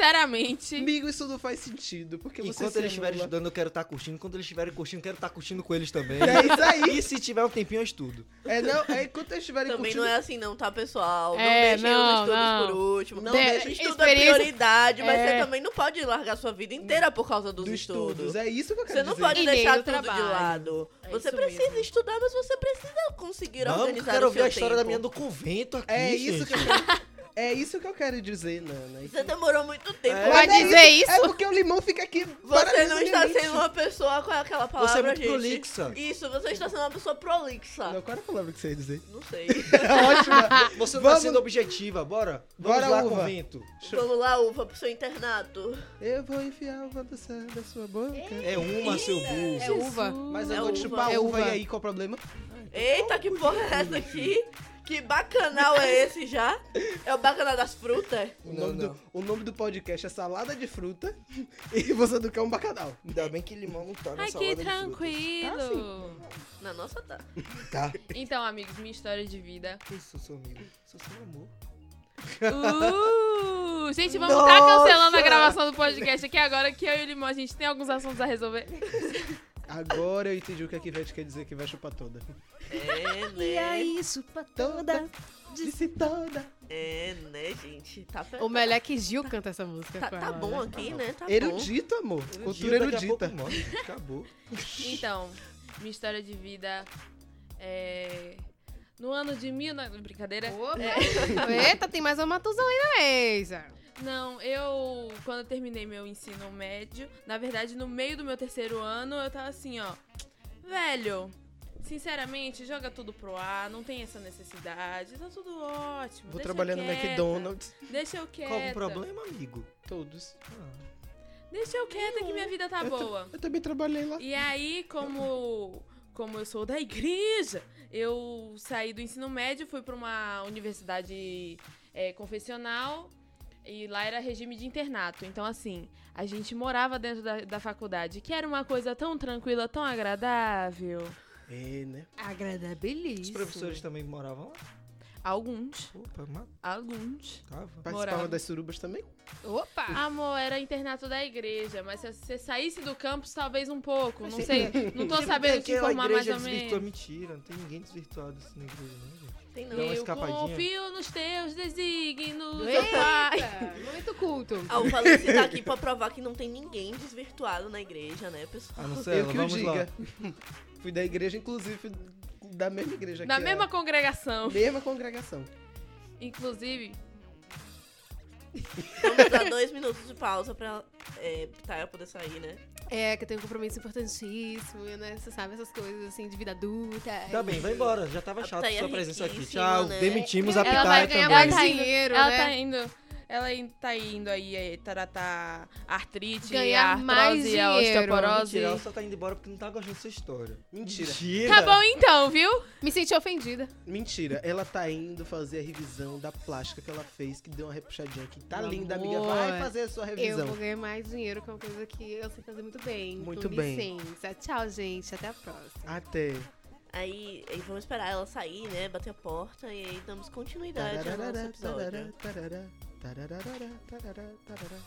E: Sinceramente.
D: Amigo, isso não faz sentido, porque você
A: Enquanto
D: se
A: eles estiverem
D: anula.
A: estudando, eu quero estar curtindo. Enquanto eles estiverem curtindo, eu quero estar curtindo com eles também.
D: É isso aí.
A: E se tiver um tempinho, eu estudo.
D: É, não, é enquanto eles estiverem
B: Também
D: curtindo.
B: não é assim não, tá, pessoal? Não
E: É,
B: deixem
E: não,
B: os estudos
E: não.
B: por último.
D: Não
B: Não
D: De-
B: deixem estudo é
C: experiência-
B: prioridade, mas
E: É.
B: você também não pode largar sua vida inteira por causa dos,
D: dos estudos.
B: estudos.
D: É isso que eu quero
B: Você não
D: dizer.
B: pode
C: E nem
B: deixar
C: do
B: tudo
C: trabalho.
B: de lado.
E: É
B: você
E: isso
B: precisa
E: mesmo.
B: estudar, mas você precisa conseguir
A: Vamos, que eu
B: organizar
A: quero
B: o seu
A: ouvir a história
B: tempo.
A: da minha do convento aqui.
D: É isso
A: gente.
D: que eu quero. É isso que eu quero dizer, Nana.
B: Você demorou muito tempo.
A: É.
B: pra
C: Vai
D: Mas é
B: entender.
C: dizer isso?
D: É porque o limão fica aqui.
B: Você
D: paralisando
B: não
D: minha
B: está
D: mente.
B: sendo uma pessoa com aquela palavra,
A: Você é muito
B: gente.
A: prolixa.
B: Isso, você está sendo uma pessoa prolixa.
D: Não, qual era a palavra que você ia dizer?
B: Não
A: <laughs>
B: sei.
D: É ótima.
A: Você não
D: Vamos-
A: tá sendo objetiva, bora? Vamos
D: Bora,
A: lá,
D: uva.
A: convento.
B: Vamos lá, uva, pro seu internato.
D: Eu vou enfiar o da sua, da sua boca.
A: É uma, seu burro.
C: É uva.
D: Mas eu
B: É
D: vou
B: uva.
D: chupar
C: É
D: uva e
C: uva.
D: aí qual o problema?
A: tá
B: Eita, que porra é essa aqui? Que bacanal é esse já? É o bacanal das frutas?
D: O,
A: Não,
D: nome
A: não.
D: Do, o nome do podcast é Salada de Fruta <laughs> e você não quer um bacanal.
A: Ainda bem que limão não tá na
E: Ai,
A: salada
E: que
A: de frutas. Ah,
E: tranquilo.
B: Na nossa tá.
A: Tá.
E: Então, amigos, minha história de vida.
A: Isso, seu amigo. Sou seu amor.
E: Uh, gente, vamos estar
A: Nossa!
E: cancelando a gravação do podcast aqui agora que eu e o Limão, a gente tem alguns assuntos a resolver.
D: Agora eu entendi o que a Kivete quer dizer que vai chupar toda.
B: É, né?
C: chupa
D: toda, Disse toda.
B: É, né, gente? Tá, pe-
C: O melhor é que Gil canta essa música.
B: tá,
C: com
B: tá
C: ela,
B: bom
C: né?
B: aqui, né? Tá bom.
D: Erudito, amor. Cultura
A: Um Daqui a
D: erudita.
A: pouco morre. Acabou.
E: Então, minha história de vida é. No ano de mil. na- Brincadeira?
C: Opa.
B: É.
C: Eita, tem mais uma né, Matusalina Eisa.
E: Não, eu. Quando eu terminei meu ensino médio, na verdade, no meio do meu terceiro ano, eu tava assim, ó. Velho, sinceramente, joga tudo pro ar, não tem essa necessidade, tá tudo ótimo. deixa
D: Vou
E: eu
D: trabalhar no
E: quieta,
D: McDonald's.
E: Deixa eu quieta.
A: Qual o problema, amigo?
D: Todos.
E: Deixa eu quieta que minha vida tá
D: Eu tô-
E: boa.
D: Eu também trabalhei lá.
E: E aí, como, como eu sou da igreja, eu saí do ensino médio, fui pra uma universidade eh, confessional e lá era regime de internato. Então, assim, a gente morava dentro da, da faculdade, que era uma coisa tão tranquila, tão agradável.
D: É, né?
A: Os
C: Agradabilíssimo.
A: professores também moravam lá?
E: Alguns,
A: Opa,
E: alguns.
A: matava.
D: Participava
E: Morava.
D: das surubas também.
B: Ah,
C: Opa!
E: Amor, era internato da igreja, mas se você saísse do campus, talvez um pouco, não
A: Sim.
E: sei. Não tô sabendo te
A: Tipo, Aquela
E: informar mais
A: igreja
E: ou menos.
A: desvirtua mentira. Não tem ninguém desvirtuado assim na igreja, não, gente.
B: Tem não.
A: Dá uma
E: Eu
A: escapadinha.
E: confio nos teus designos. ó Pai.
C: Eita, muito culto.
B: Ah, o Valência tá aqui pra provar que não tem ninguém desvirtuado na igreja, né, pessoal?
A: Ah, não sei,
D: Eu
A: ela,
D: que o
A: vamos lá.
D: diga. <laughs> Fui da igreja, inclusive, fui da mesma igreja
E: Na
D: que
E: mesma
D: a-
E: congregação. <laughs>
D: mesma congregação.
E: Inclusive,
B: Vamos dar dois minutos de pausa pra é, Taia poder sair, né?
C: É, que eu tenho um compromisso importantíssimo, né? Você sabe essas coisas assim de vida adulta.
A: Tá bem, vai embora. Já tava
B: A
A: chato
B: Pitaya é
A: sua presença aqui.
B: riquíssima,
A: Tchau.
B: né?
A: Demitimos a
C: é Ela vai
A: Pitaya
C: ganhar
A: também.
C: mais
E: Ela tá indo-
C: dinheiro,
E: ela
C: né?
E: tá indo. Ela in- tá indo aí é, tratar artrite,
C: Ganhar
E: a artrose,
C: mais
E: a
C: dinheiro.
E: osteoporose.
A: Mentira, ela só tá indo embora porque não tá gostando dessa história.
D: Mentira.
E: Tá bom então, viu?
C: Me senti ofendida.
D: Mentira. Ela tá indo fazer a revisão da plástica que ela fez, que deu uma repuxadinha aqui. Tá
C: Meu
D: linda,
C: amor.
D: amiga. Vai fazer a sua
C: Eu
D: revisão.
C: vou ganhar mais dinheiro, que é uma coisa que eu sei fazer muito bem.
D: Muito
C: Com
D: bem.
C: licença. Tchau, gente. Até a próxima.
D: Até.
B: Aí, aí vamos esperar ela sair, né? Bater a porta e aí damos continuidade ao tá, nosso
D: Tararara,
B: episódio.
D: tarará, tarará, tarará, tarará, tarará.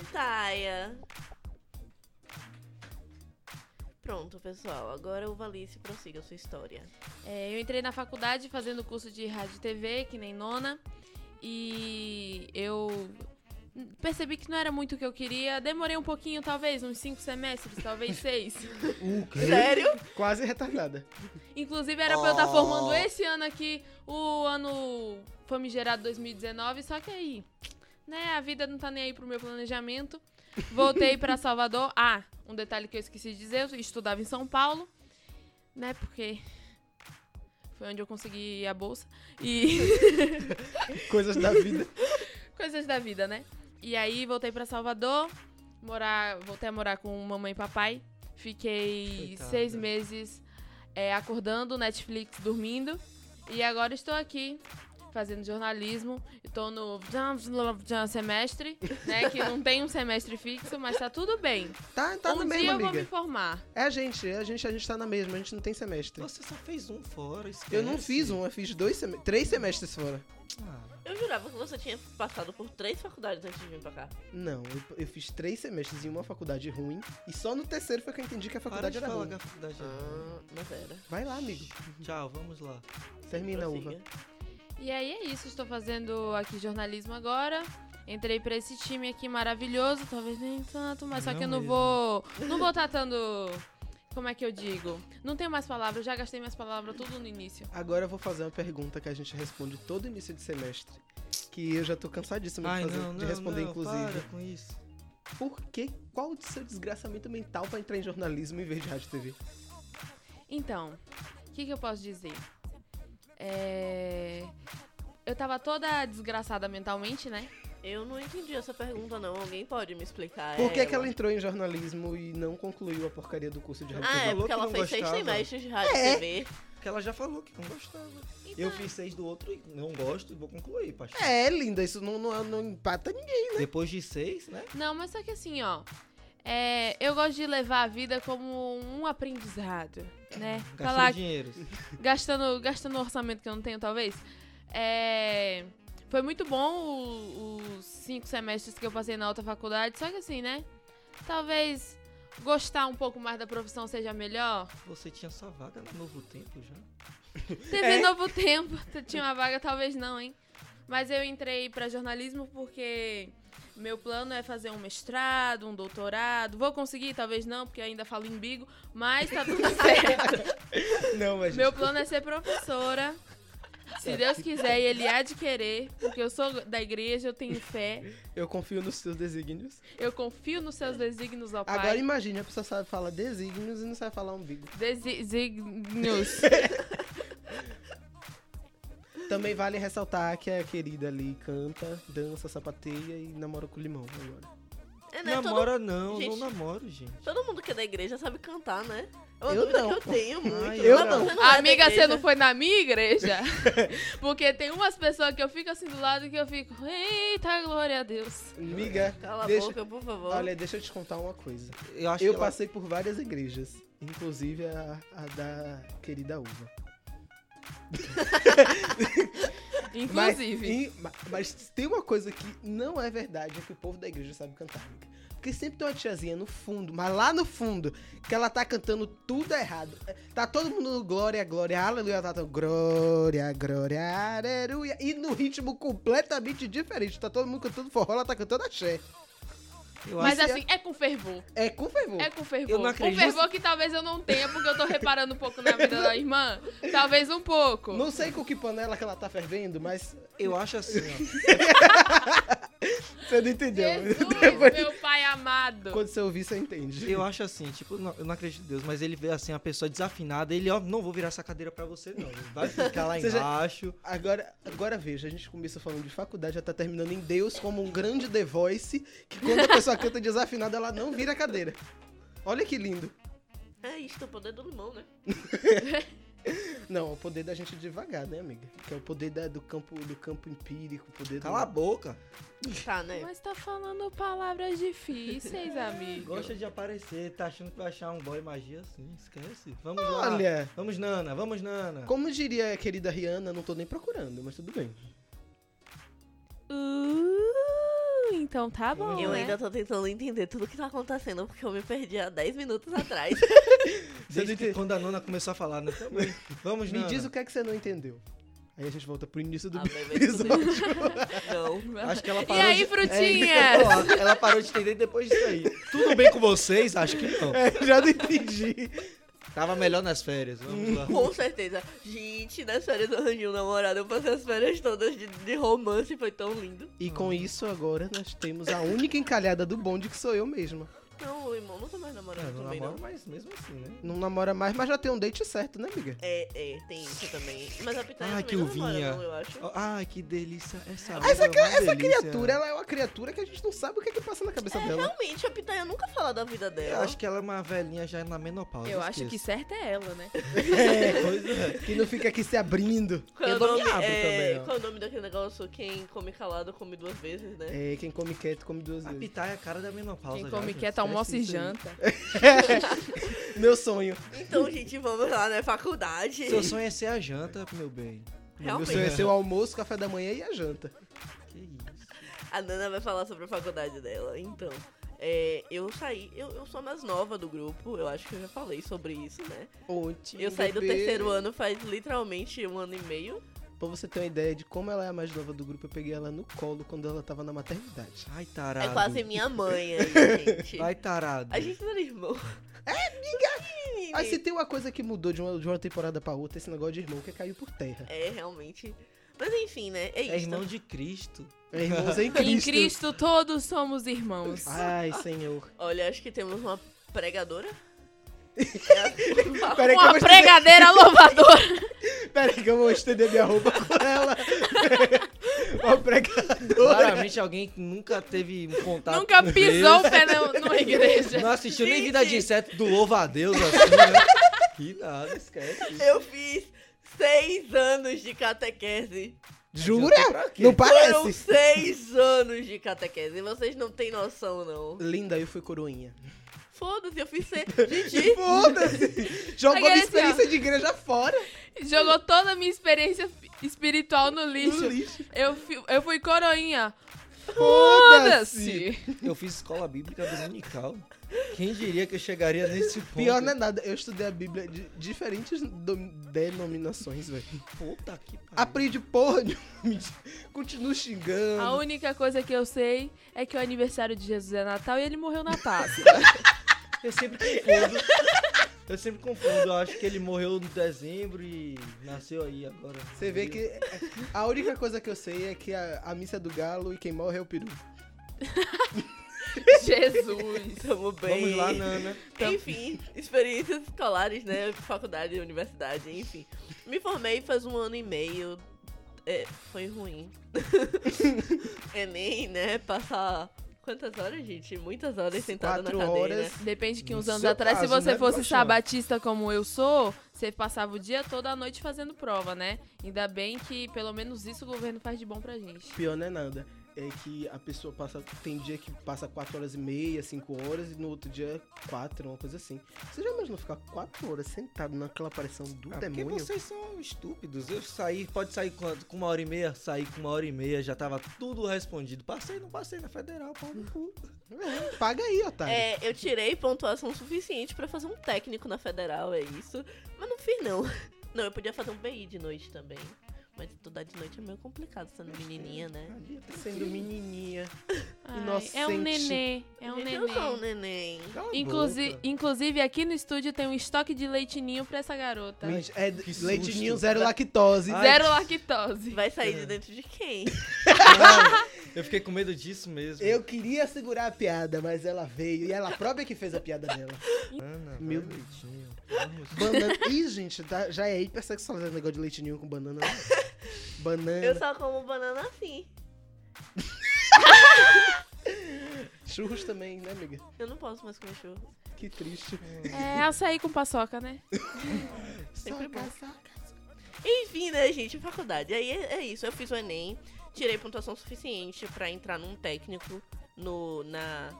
B: Tchau, Taia. Pronto, pessoal. Agora o Valice prossiga a sua história.
E: É, eu entrei na faculdade fazendo curso de rádio e TV, que nem nona, e eu percebi que não era muito o que eu queria. Demorei um pouquinho, talvez, uns cinco semestres, talvez seis.
A: O quê?
B: Sério?
D: Quase retardada.
E: Inclusive, era pra eu estar
A: Oh.
E: formando esse ano aqui, o ano famigerado 2019, só que aí, né, a vida não tá nem aí pro meu planejamento. Voltei pra Salvador. Ah, um detalhe que eu esqueci de dizer, eu estudava em São Paulo, né, porque foi onde eu consegui a bolsa. E
D: Coisas da vida.
E: coisas da vida, né? E aí, voltei pra Salvador, morar, voltei a morar com mamãe e papai. Fiquei
A: Coitada.
E: seis meses é, acordando, Netflix dormindo. E agora estou aqui fazendo jornalismo. E tô no semestre, né? Que não tem um semestre fixo, mas tá tudo bem.
D: Tá, tá
E: um
D: na
E: dia
D: mesma,
E: eu vou me
D: amiga.
E: formar.
D: É a gente, é a gente, a gente tá na mesma, a gente não tem semestre.
A: Você só fez um fora, esquece.
D: Eu não fiz um, eu fiz dois sem- três semestres fora.
A: Ah,
B: Eu jurava que você tinha passado por três faculdades antes de vir pra cá.
D: Não, eu, eu fiz três semestres em uma faculdade ruim. E só no terceiro foi que eu entendi que a
A: para
D: faculdade
A: de
D: era
A: falar
D: ruim.
A: que a faculdade é ruim.
B: Ah, mas era.
D: Vai lá, amigo.
A: Tchau, vamos lá.
D: Termina a uva.
B: Prossiga.
A: né?
E: E aí é isso, estou fazendo aqui jornalismo agora. Entrei pra esse time aqui maravilhoso, talvez nem tanto, mas só
A: Não
E: que eu não
A: mesmo.
E: vou. Não vou estar tanto. Como é que eu digo? Não tenho mais palavras, eu já gastei minhas palavras tudo no início.
D: Agora eu vou fazer uma pergunta que a gente responde todo início de semestre. Que eu já tô cansadíssimo de,
A: Ai,
D: fazer,
A: não, não,
D: de responder,
A: não,
D: inclusive.
A: Para com isso.
D: Por que? Qual o seu desgraçamento mental pra entrar em jornalismo em vez de rádio e TV?
E: Então, o que, que eu posso dizer? É. Eu tava toda desgraçada mentalmente, né?
B: Eu não entendi essa pergunta, não. Alguém pode me explicar?
D: Por que,
B: ela?
D: que ela entrou em jornalismo e não concluiu a porcaria do curso de rádio e
B: Ah, é
D: TV?
A: falou
B: porque
A: que
B: ela
A: não
B: fez seis
A: gostava.
B: semestres de rádio e
D: É.
B: TV.
A: Porque ela já falou que não gostava.
B: Então
A: Eu
B: é.
A: fiz seis do outro e não gosto e vou concluir, pastor.
D: É, linda, isso não, não, não empata ninguém.
A: Depois de seis, né?
E: Não, mas só que assim, ó. é, eu gosto de levar a vida como um aprendizado, né? Tá
A: Gastei
E: lá
A: dinheiro.
E: gastando, gastando o orçamento que eu não tenho, talvez. É, foi muito bom o- os cinco semestres que eu passei na outra faculdade, só que assim, né? Talvez gostar um pouco mais da profissão seja melhor.
A: Você tinha sua vaga no Novo Tempo já?
E: Teve
D: É.
E: novo tempo, <laughs> tinha uma vaga, talvez não, hein? Mas eu entrei pra jornalismo porque meu plano é fazer um mestrado, um doutorado. Vou conseguir, talvez não, porque eu ainda falo embigo, mas tá tudo <laughs> certo.
D: Não, mas.
E: Meu plano é ser professora. Se Deus quiser e ele há de querer, porque eu sou da igreja, eu tenho fé,
D: Eu confio nos seus desígnios.
E: eu confio nos seus desígnios, ó
D: Agora
E: Pai.
D: imagine, a pessoa sabe falar desígnios e não sabe falar umbigo.
E: Desígnios.
D: Também vale ressaltar que a querida ali canta, dança, sapateia e namora com limão agora.
B: É, né? Todo,
A: Namora não,
B: Gente.
A: não namoro, gente.
B: todo mundo que é da igreja sabe cantar, né? É uma
D: Eu
B: dúvida
D: não.
B: que eu tenho muito.
A: Ai,
D: eu
B: Mas
D: não.
B: Você não é da
E: Amiga, você
B: igreja.
E: não foi na minha igreja? Porque tem umas pessoas que eu fico assim do lado que eu fico, eita, glória a Deus.
D: Amiga,
B: É. Cala
D: deixa-
B: a boca, por favor.
D: olha, deixa eu te contar uma coisa.
A: Eu acho
D: Eu
A: que ela-
D: passei por várias igrejas, inclusive a, a da querida Uva. Mas-
E: Inclusive.
D: e- ma- Mas, tem uma coisa que não é verdade, é que o povo da igreja sabe cantar, amiga. Porque sempre tem uma tiazinha no fundo, mas lá no fundo, que ela tá cantando tudo errado. Tá todo mundo no glória, glória, aleluia, ela tá todo glória, glória, aleluia. E no ritmo completamente diferente. Tá todo mundo cantando forró, ela tá cantando axé.
A: eu
E: Mas
A: acho-
E: assim, é com fervor.
D: É com fervor.
E: É com fervor.
A: Eu não
E: um
A: acredito.
E: fervor que talvez eu não tenha, porque eu tô reparando um pouco na vida da irmã. Talvez um pouco.
D: Não sei com que panela que ela tá fervendo, mas
A: eu acho assim, ó.
D: você não entendeu. <laughs>
E: Jesus, meu pai amado.
D: Quando você ouvir, você entende.
A: Eu acho assim, tipo, não- eu não acredito em Deus, mas ele vê assim, a pessoa desafinada, ele, ó, não vou virar essa cadeira pra você, não. Ele Vai ficar lá
D: <laughs> Você já-
A: embaixo.
D: Agora, agora veja, a gente começou falando de faculdade, já tá terminando em Deus como um grande The Voice, que quando a pessoa canta desafinada, ela não vira a cadeira. Olha que lindo.
B: É isso, o poder do limão, né?
D: Não, é o poder da gente devagar, né, amiga? Que é o poder da- do, campo, do campo empírico, o poder
A: Cala a
D: do...
A: boca.
B: Tá, né?
E: Mas tá falando palavras difíceis, amigo.
A: Gosta de aparecer, tá achando que vai achar um boy magia assim, esquece. Vamos lá.
D: Olha,
A: Vamos, Nana, vamos, Nana.
D: como diria a querida Rihanna, não tô nem procurando, mas tudo bem.
E: Uh, então tá bom.
B: Eu
E: né?
B: ainda tô tentando entender tudo que tá acontecendo, porque eu me perdi há 10 minutos
D: <laughs>
B: atrás.
A: Desde
D: Você
A: que
D: tem-
A: quando a Nana começou a falar, né? Também. Vamos,
D: Me
A: Nana.
D: diz o que é que você não entendeu. Aí a gente volta pro início do <laughs>
B: Ah, vai ver tudo
D: episódio.
B: Não.
D: é.
A: Acho que ela
E: E
A: parou
E: aí,
A: de... É,
E: frutinha?
A: então, Ó, ela parou de entender depois disso aí. Tudo bem com vocês? Acho que não.
D: É, já não entendi.
A: Tava melhor nas férias, vamos lá.
B: Com certeza. Gente, nas férias eu arranjei um namorado. Eu passei as férias todas de, de romance, foi tão lindo.
D: E com isso, agora nós temos a única encalhada do bonde, que sou eu mesma.
B: Não, o irmão não tá mais namorando
A: É, não
B: também,
A: namoro,
B: não.
A: mas mesmo assim, né?
D: Não namora mais, mas já tem um date certo, né, amiga?
B: É, é, tem isso também. Mas a Pitaya
A: Ah,
B: também
A: que
B: não namora,
A: uvinha.
B: não, eu acho.
A: Ó, Ai, que delícia essa
D: Ah, Essa,
A: vida é uma
D: essa
A: delícia.
D: criatura, ela é uma criatura que a gente não sabe o que é que passa na cabeça dela.
B: Realmente, a Pitaya nunca fala da vida
A: Eu
B: dela.
A: acho que ela é uma velhinha já na menopausa.
E: Eu acho que
A: esqueço.
E: certa é ela, né?
D: <laughs> É, pois é. Que não fica aqui se abrindo.
B: Qual é, o
A: eu não me
B: nome,
A: abro
B: é,
A: também, né? ó.
B: qual é o nome daquele negócio? Quem come calado come duas vezes, né?
D: É, quem come quieto come duas
A: A
D: vezes.
A: pitaia é a cara da menopausa. já,
E: Quem come
A: gente.
E: quieto almoça
A: Esquece
E: e
A: isso aí.
E: janta.
D: Meu sonho.
B: Então, gente, vamos lá, né? Faculdade.
A: Seu sonho é ser a janta, meu bem.
D: Meu
B: Realmente.
D: sonho é ser o almoço, café da manhã e a janta.
A: Que isso.
B: A Nana vai falar sobre a faculdade dela. Então, é, eu saí. Eu, eu sou a mais nova do grupo. Eu acho que eu já falei sobre isso, né?
D: Ontem.
B: Eu saí do
D: bebê.
B: terceiro ano faz literalmente um ano e meio.
D: Pra você ter uma ideia de como ela é a mais nova do grupo, eu peguei ela no colo quando ela tava na maternidade.
A: Ai, tarado.
B: É quase minha mãe
A: <laughs>
B: aí, gente.
A: Ai, tarado.
B: A gente não era irmão. É, amiga!
D: Mas se tem uma coisa que mudou de uma, de uma temporada pra outra, esse negócio de irmão que caiu por terra.
B: É, realmente. Mas enfim, né? É isso.
A: É irmão de Cristo.
D: É irmãos em
E: Em
D: Cristo. Ah,
E: Cristo todos somos irmãos.
D: Ai,
B: <laughs>
D: senhor.
B: Olha, acho que temos uma pregadora. É a-
E: Uma
D: Peraí que, eu vou estender,
E: pregadeira louvadora.
D: peraí que eu vou estender minha roupa com ela. <laughs> Uma pregadora.
A: Claramente alguém que nunca teve um contato
E: Nunca
A: com
E: pisou o
A: Deus,
E: pé na- numa igreja.
A: Não assistiu nem
B: Gente.
A: Vida de Inseto do Louva a Deus assim, né? <laughs> Que nada, esquece.
B: Eu fiz seis anos de catequese.
D: Jura?
A: quê?
B: Foram
D: Não parece?
B: seis anos de catequese. Vocês não têm noção, não.
D: Linda, eu fui coroinha.
B: Foda-se, eu
A: <laughs>
B: fiz seis. Gente,
D: Foda-se! Jogou
E: Agora,
D: minha
E: assim, ó.
D: experiência de igreja fora.
E: Jogou toda a minha experiência espiritual no
D: No
E: lixo.
D: lixo.
E: Eu, fi- eu fui coroinha.
D: Foda-se.
E: Foda-se.
A: Eu fiz escola bíblica dominical. Quem diria que eu chegaria nesse ponto?
D: Pior não é nada, eu estudei a Bíblia de diferentes dom- denominações, velho.
A: Puta que pariu.
D: Aprendi porra de Continuo xingando.
E: A única coisa que eu sei é que o aniversário de Jesus é Natal e ele morreu na Páscoa.
A: Eu sempre confundo. Eu sempre confundo. Eu acho que ele morreu no dezembro e nasceu aí agora.
D: Você vê que é, a única coisa que eu sei é que a, a missa é do galo e quem morre é o peru.
E: <laughs> Jesus.
B: tamo bem.
A: Vamos lá, Nana. um
D: Então,
B: Enfim, experiências escolares, né? Faculdade, universidade, enfim. Me formei faz um ano e meio. É, foi ruim.
D: <laughs>
B: Enem, né? Passar quantas horas, gente? Muitas horas
E: Tá
B: sentado na
D: Quatro
B: cadeira.
E: né?
D: horas.
E: Depende que uns
D: No
E: anos
D: seu
E: atrás, se
D: caso,
E: você
D: né,
E: fosse
D: Paixão?
E: sabatista como eu sou, você passava o dia toda a noite fazendo prova, né? Ainda bem que pelo menos isso o governo faz de bom pra gente.
D: Pior não é nada. É que a pessoa passa. Tem dia que passa 4 horas e meia, 5 horas, e no outro dia 4, uma coisa assim. Você já imaginou ficar 4 horas sentado naquela aparição do
A: Ah, porque
D: demônio?
A: vocês são estúpidos. Eu saí, pode sair quanto? Com uma hora e meia? Saí com uma hora e meia, já tava tudo respondido. Passei, não passei na federal, pau no cu.
D: É, paga aí, otário.
B: É, eu tirei pontuação suficiente pra fazer um técnico na federal, é isso. Mas não fiz, não. <laughs> Não, eu podia fazer um BI de noite também. Mas estudar de noite é meio complicado sendo menininha, né?
A: Ali, tá
D: Sendo menininha.
E: Ai,
D: Inocente. Tá
E: é um nenê, é um
B: Gente,
E: nenê.
B: Eu sou um neném.
A: Cala a
E: Inclusi-
A: boca.
E: inclusive, aqui no estúdio tem um estoque de leitinho pra essa
B: Tá.
E: garota.
D: Mentira, É
A: Que susto. Ah.
D: leitinho zero lactose.
A: Ai,
E: Zero lactose.
B: Vai sair
D: É.
B: de dentro de quem?
A: Ai, <laughs> eu fiquei com medo disso mesmo.
D: Eu queria segurar a piada, mas ela veio e ela própria que fez a piada dela.
A: Ana,
D: Meu-
A: meu leitinho. Vamos. <laughs>
D: Banana. Ih, gente, tá- já é hipersexualizado o negócio de leitinho
A: <laughs>
D: com banana. né? Banana.
B: Eu só como banana assim.
D: Churros também, né, amiga?
B: Eu não posso mais comer churros.
D: Que triste.
E: É açaí com paçoca, né?
B: É Sempre
D: Soca,
B: bom.
D: soca.
B: Enfim, né, gente? Faculdade. Aí é, é isso. Eu fiz o Enem, tirei pontuação suficiente pra entrar num técnico no. na.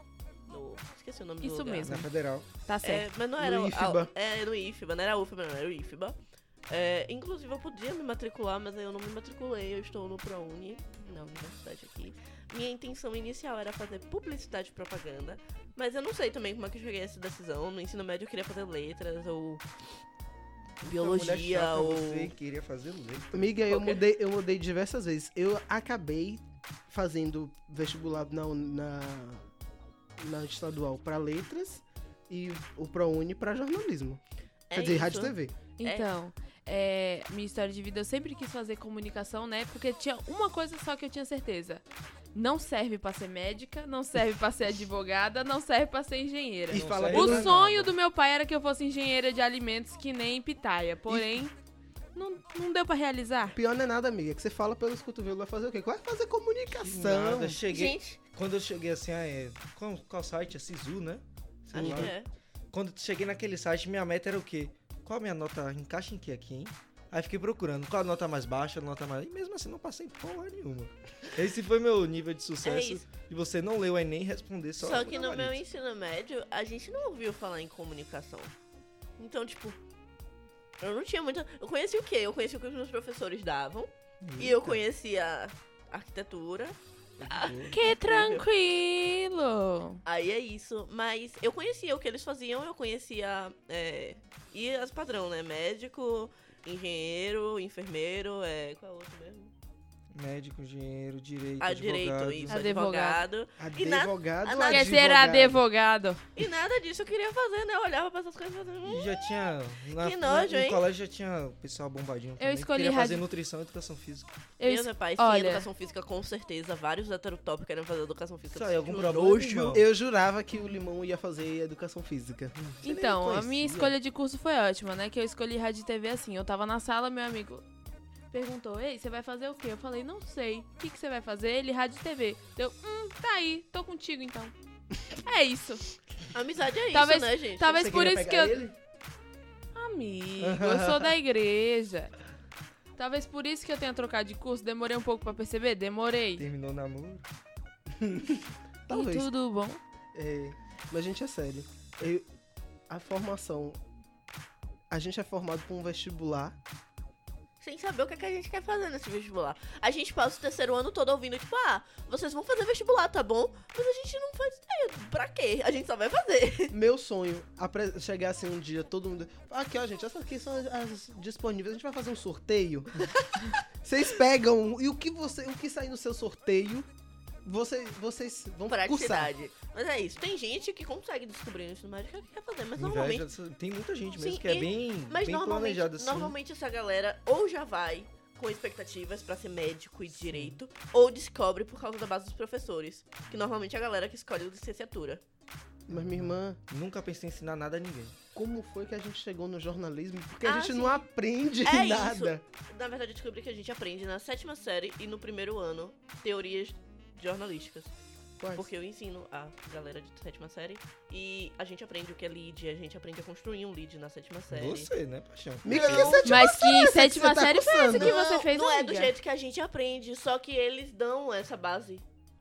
B: no. Esqueci o nome do
E: Isso
B: lugar.
E: mesmo.
D: Na federal.
E: Tá
B: É,
E: certo.
B: mas não era
D: No
B: o-
D: IFBA.
B: A, é, no IFBA, não era a UFBA, não, era o IFBA. É, inclusive, eu podia me matricular, mas eu não me matriculei, eu estou no ProUni, na universidade aqui. Minha intenção inicial era fazer publicidade e propaganda, mas eu não sei também como é que eu cheguei a essa decisão. No ensino médio eu queria fazer letras ou biologia ou...
A: Você queria fazer leite.
D: Amiga, eu
B: Ok.
D: mudei, eu mudei diversas vezes. Eu acabei fazendo vestibular na, uni- na, na estadual pra letras e o ProUni pra jornalismo.
B: É
D: Quer dizer,
B: isso.
D: rádio e TV.
E: Então, é, minha história de vida, eu sempre quis fazer comunicação, né? Porque tinha uma coisa só que eu tinha certeza. não serve pra ser médica, não serve pra ser advogada, não serve pra ser engenheira.
D: E
A: Não
D: fala
A: sei.
D: bem
A: não
E: O
D: mais
E: sonho
D: nada.
E: do meu pai era que eu fosse engenheira de alimentos que nem pitaia, porém não, não deu pra realizar.
D: Pior não é nada, amiga. Que você fala pelos cotovelos, vai fazer o quê? Vai fazer comunicação.
A: Nada, cheguei.
B: Gente,
A: Quando eu cheguei assim, ah, é. Qual, qual site? É Sisu, né? Sei
B: acho
A: lá.
B: que é.
A: Quando eu cheguei naquele site, minha meta era o quê? Qual a minha nota encaixa em que aqui, hein? Aí fiquei procurando qual a nota mais baixa, a nota mais. E mesmo assim não passei porra nenhuma. Esse foi meu nível de
B: É
A: sucesso.
B: isso.
A: de você não ler o Enem e responder só.
B: Só que no meu
A: Enem.
B: ensino médio, a gente não ouviu falar em comunicação. Então, tipo, eu não tinha muita. Eu conheci o quê? Eu conheci o que os meus professores davam. E eu conhecia arquitetura.
E: Que tranquilo!
B: Aí é isso. Mas eu conhecia o que eles faziam, eu conhecia. É, e as padrão, né? Médico, engenheiro, enfermeiro, é. Qual é o outro mesmo?
A: Médico, engenheiro, direito,
B: Ah,
A: advogado.
B: direito, isso,
E: Advogado.
B: advogado. E na-
D: Advogado.
B: a
D: ou
B: na-
E: Quer ser advogado.
B: E nada disso eu queria fazer, né? Eu olhava pra essas coisas e fazia. "Hum,
A: E já tinha. Na,
B: Que
A: na-
B: nojo,
A: no
B: hein?
A: colégio já tinha o pessoal bombadinho. Também, que
E: escolhi
A: Queria fazer
E: radi-
A: nutrição e educação física.
E: Eu
B: Deus é pai, sim,
E: olha-
B: educação física com certeza. Vários heterotópicos querem fazer educação física.
A: Isso aí, algum
B: Que
A: problema,
B: nojo.
A: irmão?
D: Eu jurava que o Limão ia fazer educação física.
A: Você nem
E: Então, a
A: conhecia.
E: minha escolha de curso foi ótima, né? Que eu escolhi rádio e TV assim. Eu tava na sala, meu amigo perguntou: Ei, você vai fazer o quê? Eu falei: Não sei. O que, que você vai fazer? Ele, rádio e TV. Deu: Hum, tá aí, tô contigo então. É isso.
B: Amizade é
E: Talvez-
B: isso, né, gente?
E: Talvez
D: Você
E: por
D: queria
E: isso que
D: pegar
E: eu.
D: ele?
E: Amigo, eu sou da igreja. Talvez por isso que eu tenha trocado de curso. Demorei um pouco pra perceber? Demorei.
A: Terminou o namoro.
E: E
D: Talvez.
E: tudo bom?
D: É, mas, gente, é sério. Eu- a formação. A gente é formado por um
B: <laughs>
D: vestibular.
B: Sem saber o que, é que a gente quer fazer nesse vestibular. A gente passa o terceiro ano todo ouvindo, tipo, ah, vocês vão fazer vestibular, tá bom? Mas a gente não faz ideia. Pra quê? A gente só vai fazer. <laughs>
D: Meu sonho, apre- chegar assim um dia, todo mundo. Aqui, ó, gente, essas aqui são as, as disponíveis. A gente vai fazer um
B: <laughs>
D: sorteio. Vocês pegam e o que você, o que sair no seu sorteio, você, vocês vão cursar.
B: Praticidade. Mas é isso. Tem gente que consegue descobrir no ensino médio o que quer fazer, mas normalmente.
A: Inveja dessa- Tem muita gente mesmo
B: Sim,
A: que é
B: e-
A: bem,
B: Mas
A: bem
B: normalmente,
A: planejada assim.
B: normalmente essa galera ou já vai com expectativas pra ser médico e direito, ou descobre por causa da base dos professores, que normalmente é a galera que escolhe licenciatura.
D: Mas, minha irmã,
A: Nunca pensei em ensinar nada a ninguém.
D: como foi que a gente chegou no jornalismo? Porque a
B: Ah,
D: gente
B: sim.
D: não aprende
B: É
D: nada.
B: Na verdade, eu descobri que a gente aprende na sétima série e no primeiro ano teorias jornalísticas.
D: Quais?
B: Porque eu ensino a galera de sétima série e a gente aprende o que é lead, a gente aprende a construir um lead na sétima série.
A: Você, né, paixão?
D: Me
B: Não.
D: que sétima
E: Mas que
D: série
E: sétima
D: você tá
E: série foi essa
D: cursando?
E: que você fez, um
B: Não é
E: amiga?
B: do jeito que a gente aprende, só que eles dão essa base.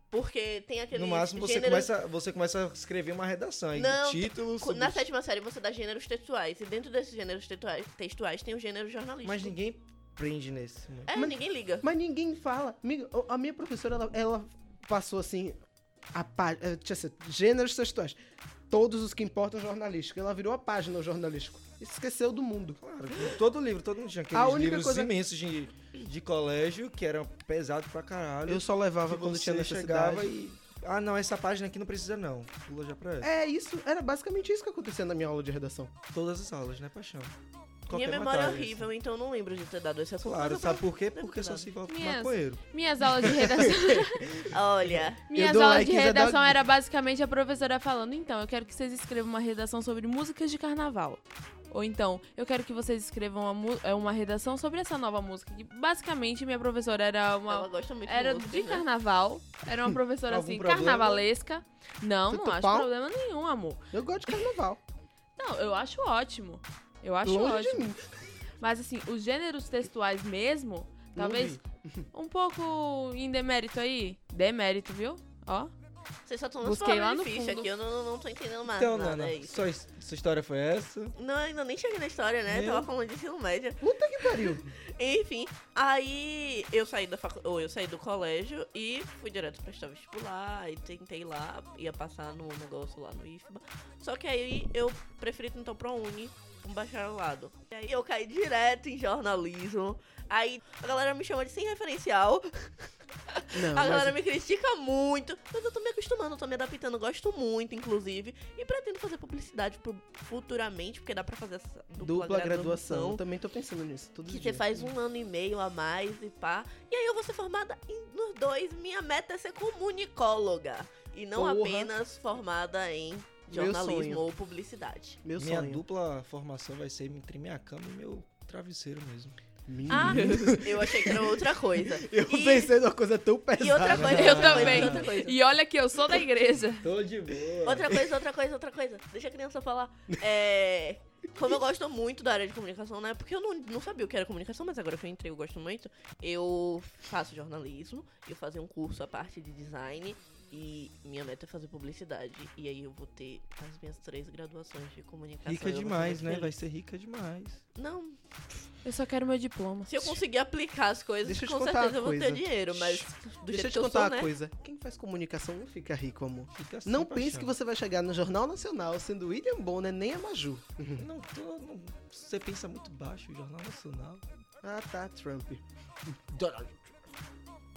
B: Porque tem aquele
A: No máximo você
B: gênero...
A: começa, você começa a escrever uma redação. Aí,
B: Não,
A: título,
B: Co- Na
A: subtítulo.
B: sétima série você dá gêneros textuais, e dentro desses gêneros textuais, textuais tem o gênero jornalístico.
A: Mas ninguém prende nesse. mano.
B: É,
D: Mas-
B: ninguém liga.
D: Mas ninguém fala. Amiga, a minha professora, ela, ela passou assim. A pá- eh, tinha assim, gêneros textuais. Todos os que importam é jornalístico. Ela virou a página jornalístico. Esqueceu do mundo.
A: Claro, com todo livro, todo mundo tinha aqueles
D: A única
A: livros
D: coisa-
A: imensos de, de colégio que eram pesados pra caralho.
D: Eu só levava
A: que
D: quando
A: você
D: tinha
A: chegava
D: necessidade.
A: e. Ah, não, essa página aqui não precisa não. Pula já pra essa.
D: É isso, era basicamente isso que acontecia na minha aula de redação.
A: Todas as aulas, né, paixão?
B: Minha
A: Qualquer
B: memória é
A: matéria,
B: horrível, então eu não lembro de ter dado esse
A: assim.
B: assunto.
A: Claro,
B: mas <laughs>
A: sabe por quê?
B: Não é
A: Porque só
B: verdade.
A: se envolve com
E: Minhas-
A: maconheiro.
E: Minhas aulas de redação.
B: eu- Olha,
E: Minhas
D: dou
E: aulas
D: like
E: de
D: em
E: redação
D: redag-
E: era basicamente a professora falando, então, eu quero que vocês escrevam uma redação sobre músicas de carnaval. Ou então, eu quero que vocês escrevam uma, mu- é, uma redação sobre essa nova música. Que basicamente minha professora era
B: ela
E: uma.
B: gosta muito
E: Era
B: de
E: de
B: músicas, né?
E: carnaval. Era uma professora
A: Algum
E: assim,
A: problema?
E: carnavalesca. Não,
D: Tudo
E: não acho
D: pau?
E: problema nenhum, amor.
D: Eu gosto de carnaval.
E: Não, eu acho ótimo. Eu acho
D: longe
E: ótimo.
D: de mim.
E: Mas assim, os gêneros textuais mesmo,
D: Não
E: talvez um pouco em demérito aí. Demérito, viu?
D: <laughs>
E: Ó.
B: né? Vocês só estão nas
E: Busquei lá
B: palavras
E: no
B: difíceis
E: fundo.
B: aqui, eu não, não, não tô entendendo mais
A: Então,
B: nada.
A: Nana,
B: é isso.
A: sua, his- sua história foi essa?
B: Não, ainda nem cheguei na história, né?
A: Meu.
B: Tava falando de ensino médio.
D: Que
B: <laughs>
D: pariu.
B: Enfim, aí eu saí da facu... ou eu saí do colégio e fui direto prestar vestibular e tentei lá, ia passar no negócio lá no IFBA. Só que aí eu preferi tentar o ProUni, um bacharelado. E aí eu caí direto em jornalismo. Aí a galera me chama de sem referencial.
D: Não,
B: A galera
D: mas
B: me
D: assim
B: critica muito, mas eu tô me acostumando, tô me adaptando, gosto muito, inclusive. E pretendo fazer publicidade pro- futuramente, porque dá pra fazer essa
D: dupla, graduação. tá Também tô pensando nisso. Todo
B: Que
D: dia.
B: você faz um ano e meio a mais e pá. E aí eu vou ser formada em- nos dois. Minha meta é ser comunicóloga. E não
D: Porra.
B: apenas formada em
D: Meu
B: jornalismo
D: sonho.
B: ou publicidade.
D: Meu
A: minha
D: sonho.
A: dupla formação vai ser entre minha cama e meu travesseiro mesmo.
D: Menino.
E: Ah,
B: Eu achei que era outra coisa.
D: <laughs> Eu
B: E-
D: pensei numa coisa tão pesada.
B: E outra coisa,
A: Eu
B: outra coisa,
E: também.
B: outra coisa.
E: e olha que eu sou da igreja.
A: Tô de boa.
B: Outra coisa, outra coisa, outra coisa. Deixa a criança falar. É. Como eu gosto muito da área de comunicação, né? Porque eu não, não sabia o que era comunicação, mas agora que eu entrei, eu gosto muito. Eu faço jornalismo, eu fazer um curso a parte de design e minha meta é fazer publicidade. E aí eu vou ter as minhas três graduações de comunicação.
A: Rica
B: Eu vou ser
A: demais,
B: muito
A: né?
B: feliz.
A: Vai ser rica demais.
B: Não,
E: Eu só quero meu diploma.
B: se eu conseguir aplicar as coisas,
D: Deixa eu te
B: com
D: contar uma
B: certeza eu vou ter
D: coisa.
B: dinheiro, mas do
D: Deixa eu
B: jeito
D: te
B: que eu
D: contar
B: sou,
D: uma
B: né?
D: coisa. Quem faz comunicação não fica rico, amor.
A: Fica assim,
D: Não
A: paixão.
D: pense que você vai chegar no Jornal Nacional sendo William Bonner nem a Maju.
A: Não tô. não- Você pensa muito baixo, Jornal Nacional.
D: Ah, tá, Trump.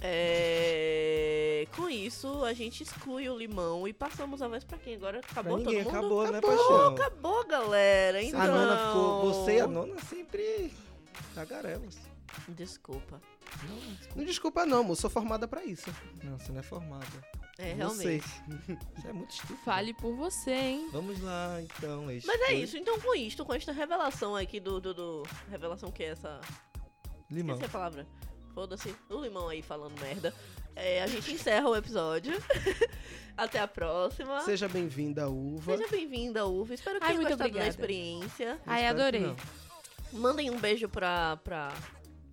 B: É... Com isso, a gente exclui o limão e passamos a voz pra quem? Agora acabou
A: pra ninguém
B: todo mundo? tá
A: acabou, né,
D: Acabou,
A: paixão?
B: Acabou, galera. Então...
A: A nona ficou. Você e a nona sempre. Tagarelas.
B: Desculpa.
A: Não, desculpa.
D: Não desculpa não, amor. Sou formada pra isso.
A: Não, você não é formada.
B: É,
D: Você.
B: realmente.
A: Você é muito estúpida.
E: Fale por você, hein?
A: Vamos lá, então. este
B: Mas é
A: foi
B: isso. Então, com isto, com esta revelação aqui do... do, do- Revelação que é essa...
A: Limão.
D: é
B: Esqueci a palavra. Foda-se. O limão aí falando merda. É, a gente encerra o episódio. <laughs> Até a próxima.
D: Seja bem-vinda, uva.
B: Seja bem-vinda, ao Uva. Espero que
E: Ai,
B: tenha
E: muito
B: gostado da
E: obrigada.
B: experiência.
E: Ai,
A: Espero que
E: adorei.
A: não.
B: Mandem um beijo pra, pra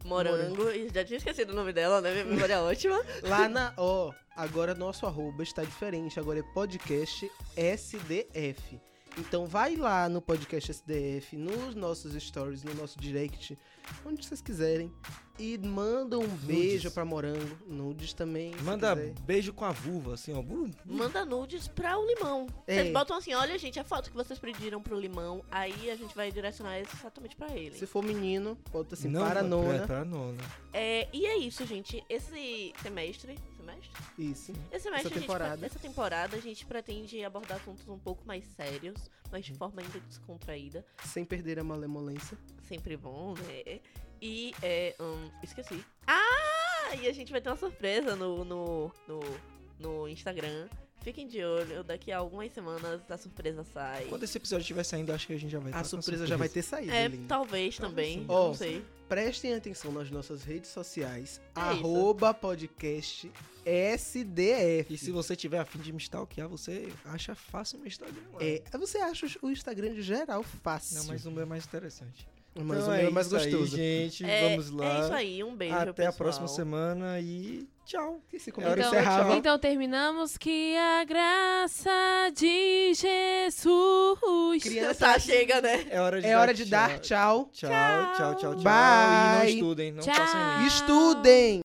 B: Morango. E Já tinha esquecido o nome dela, né? Minha memória é ótima.
D: Lá na... Ó, agora nosso arroba está diferente. Agora é podcast SDF. Então vai lá no podcast SDF, nos nossos stories, no nosso direct, onde vocês quiserem. E manda um beijo pra Morango. Nudes também. se
A: Manda
D: quiser.
A: beijo com a vulva, assim, ó. Bum.
B: Manda nudes pra o Limão.
D: É.
B: Vocês botam assim, olha, gente, a foto que vocês pediram pro Limão. Aí a gente vai direcionar exatamente pra ele.
D: Se for menino, bota assim,
A: Não,
D: para a
A: pra-
D: nona.
A: Para a nona.
B: É, e é isso, gente. Esse semestre... Semestre?
D: Isso.
B: Esse semestre, a gente
D: temporada.
B: pre- essa temporada, a gente pretende abordar assuntos um pouco mais sérios, mas de forma ainda descontraída.
D: Sem perder a malemolência.
B: Sempre bom, né? E, é, hum, esqueci. Ah! E a gente vai ter uma surpresa no, no, no, no Instagram. Fiquem de olho, daqui a algumas semanas a surpresa sai.
A: Quando esse episódio estiver saindo, acho que a gente já vai
D: A
A: estar com
D: surpresa já vai ter saído,
B: É,
D: linda.
B: talvez também,
A: sim.
B: eu
D: Ó,
B: não sei.
D: Prestem atenção nas nossas redes sociais.
B: É
D: arroba podcast SDF.
A: E se você tiver afim de me stalkear, você acha fácil meu Instagram lá.
D: É, você acha o Instagram de geral fácil.
A: Não, mas o meu é mais interessante.
D: Mas
A: Então
D: o meu é
A: isso
D: mais gostoso.
A: Aí, gente,
B: É,
A: vamos lá.
B: É isso aí, um beijo,
A: Até a próxima
B: pessoal.
A: semana e tchau.
D: Esse
A: É hora de
D: comentário-
A: encerrar,
E: então,
A: vamos.
E: então terminamos que a graça de Jesus.
B: <laughs> Tá, chega, né?
A: É hora de,
D: é hora de dar
A: tchau.
D: tchau.
A: Tchau, tchau, tchau, tchau. E
D: Bye.
A: não estudem, não
E: Tchau.
A: façam isso.
D: Estudem!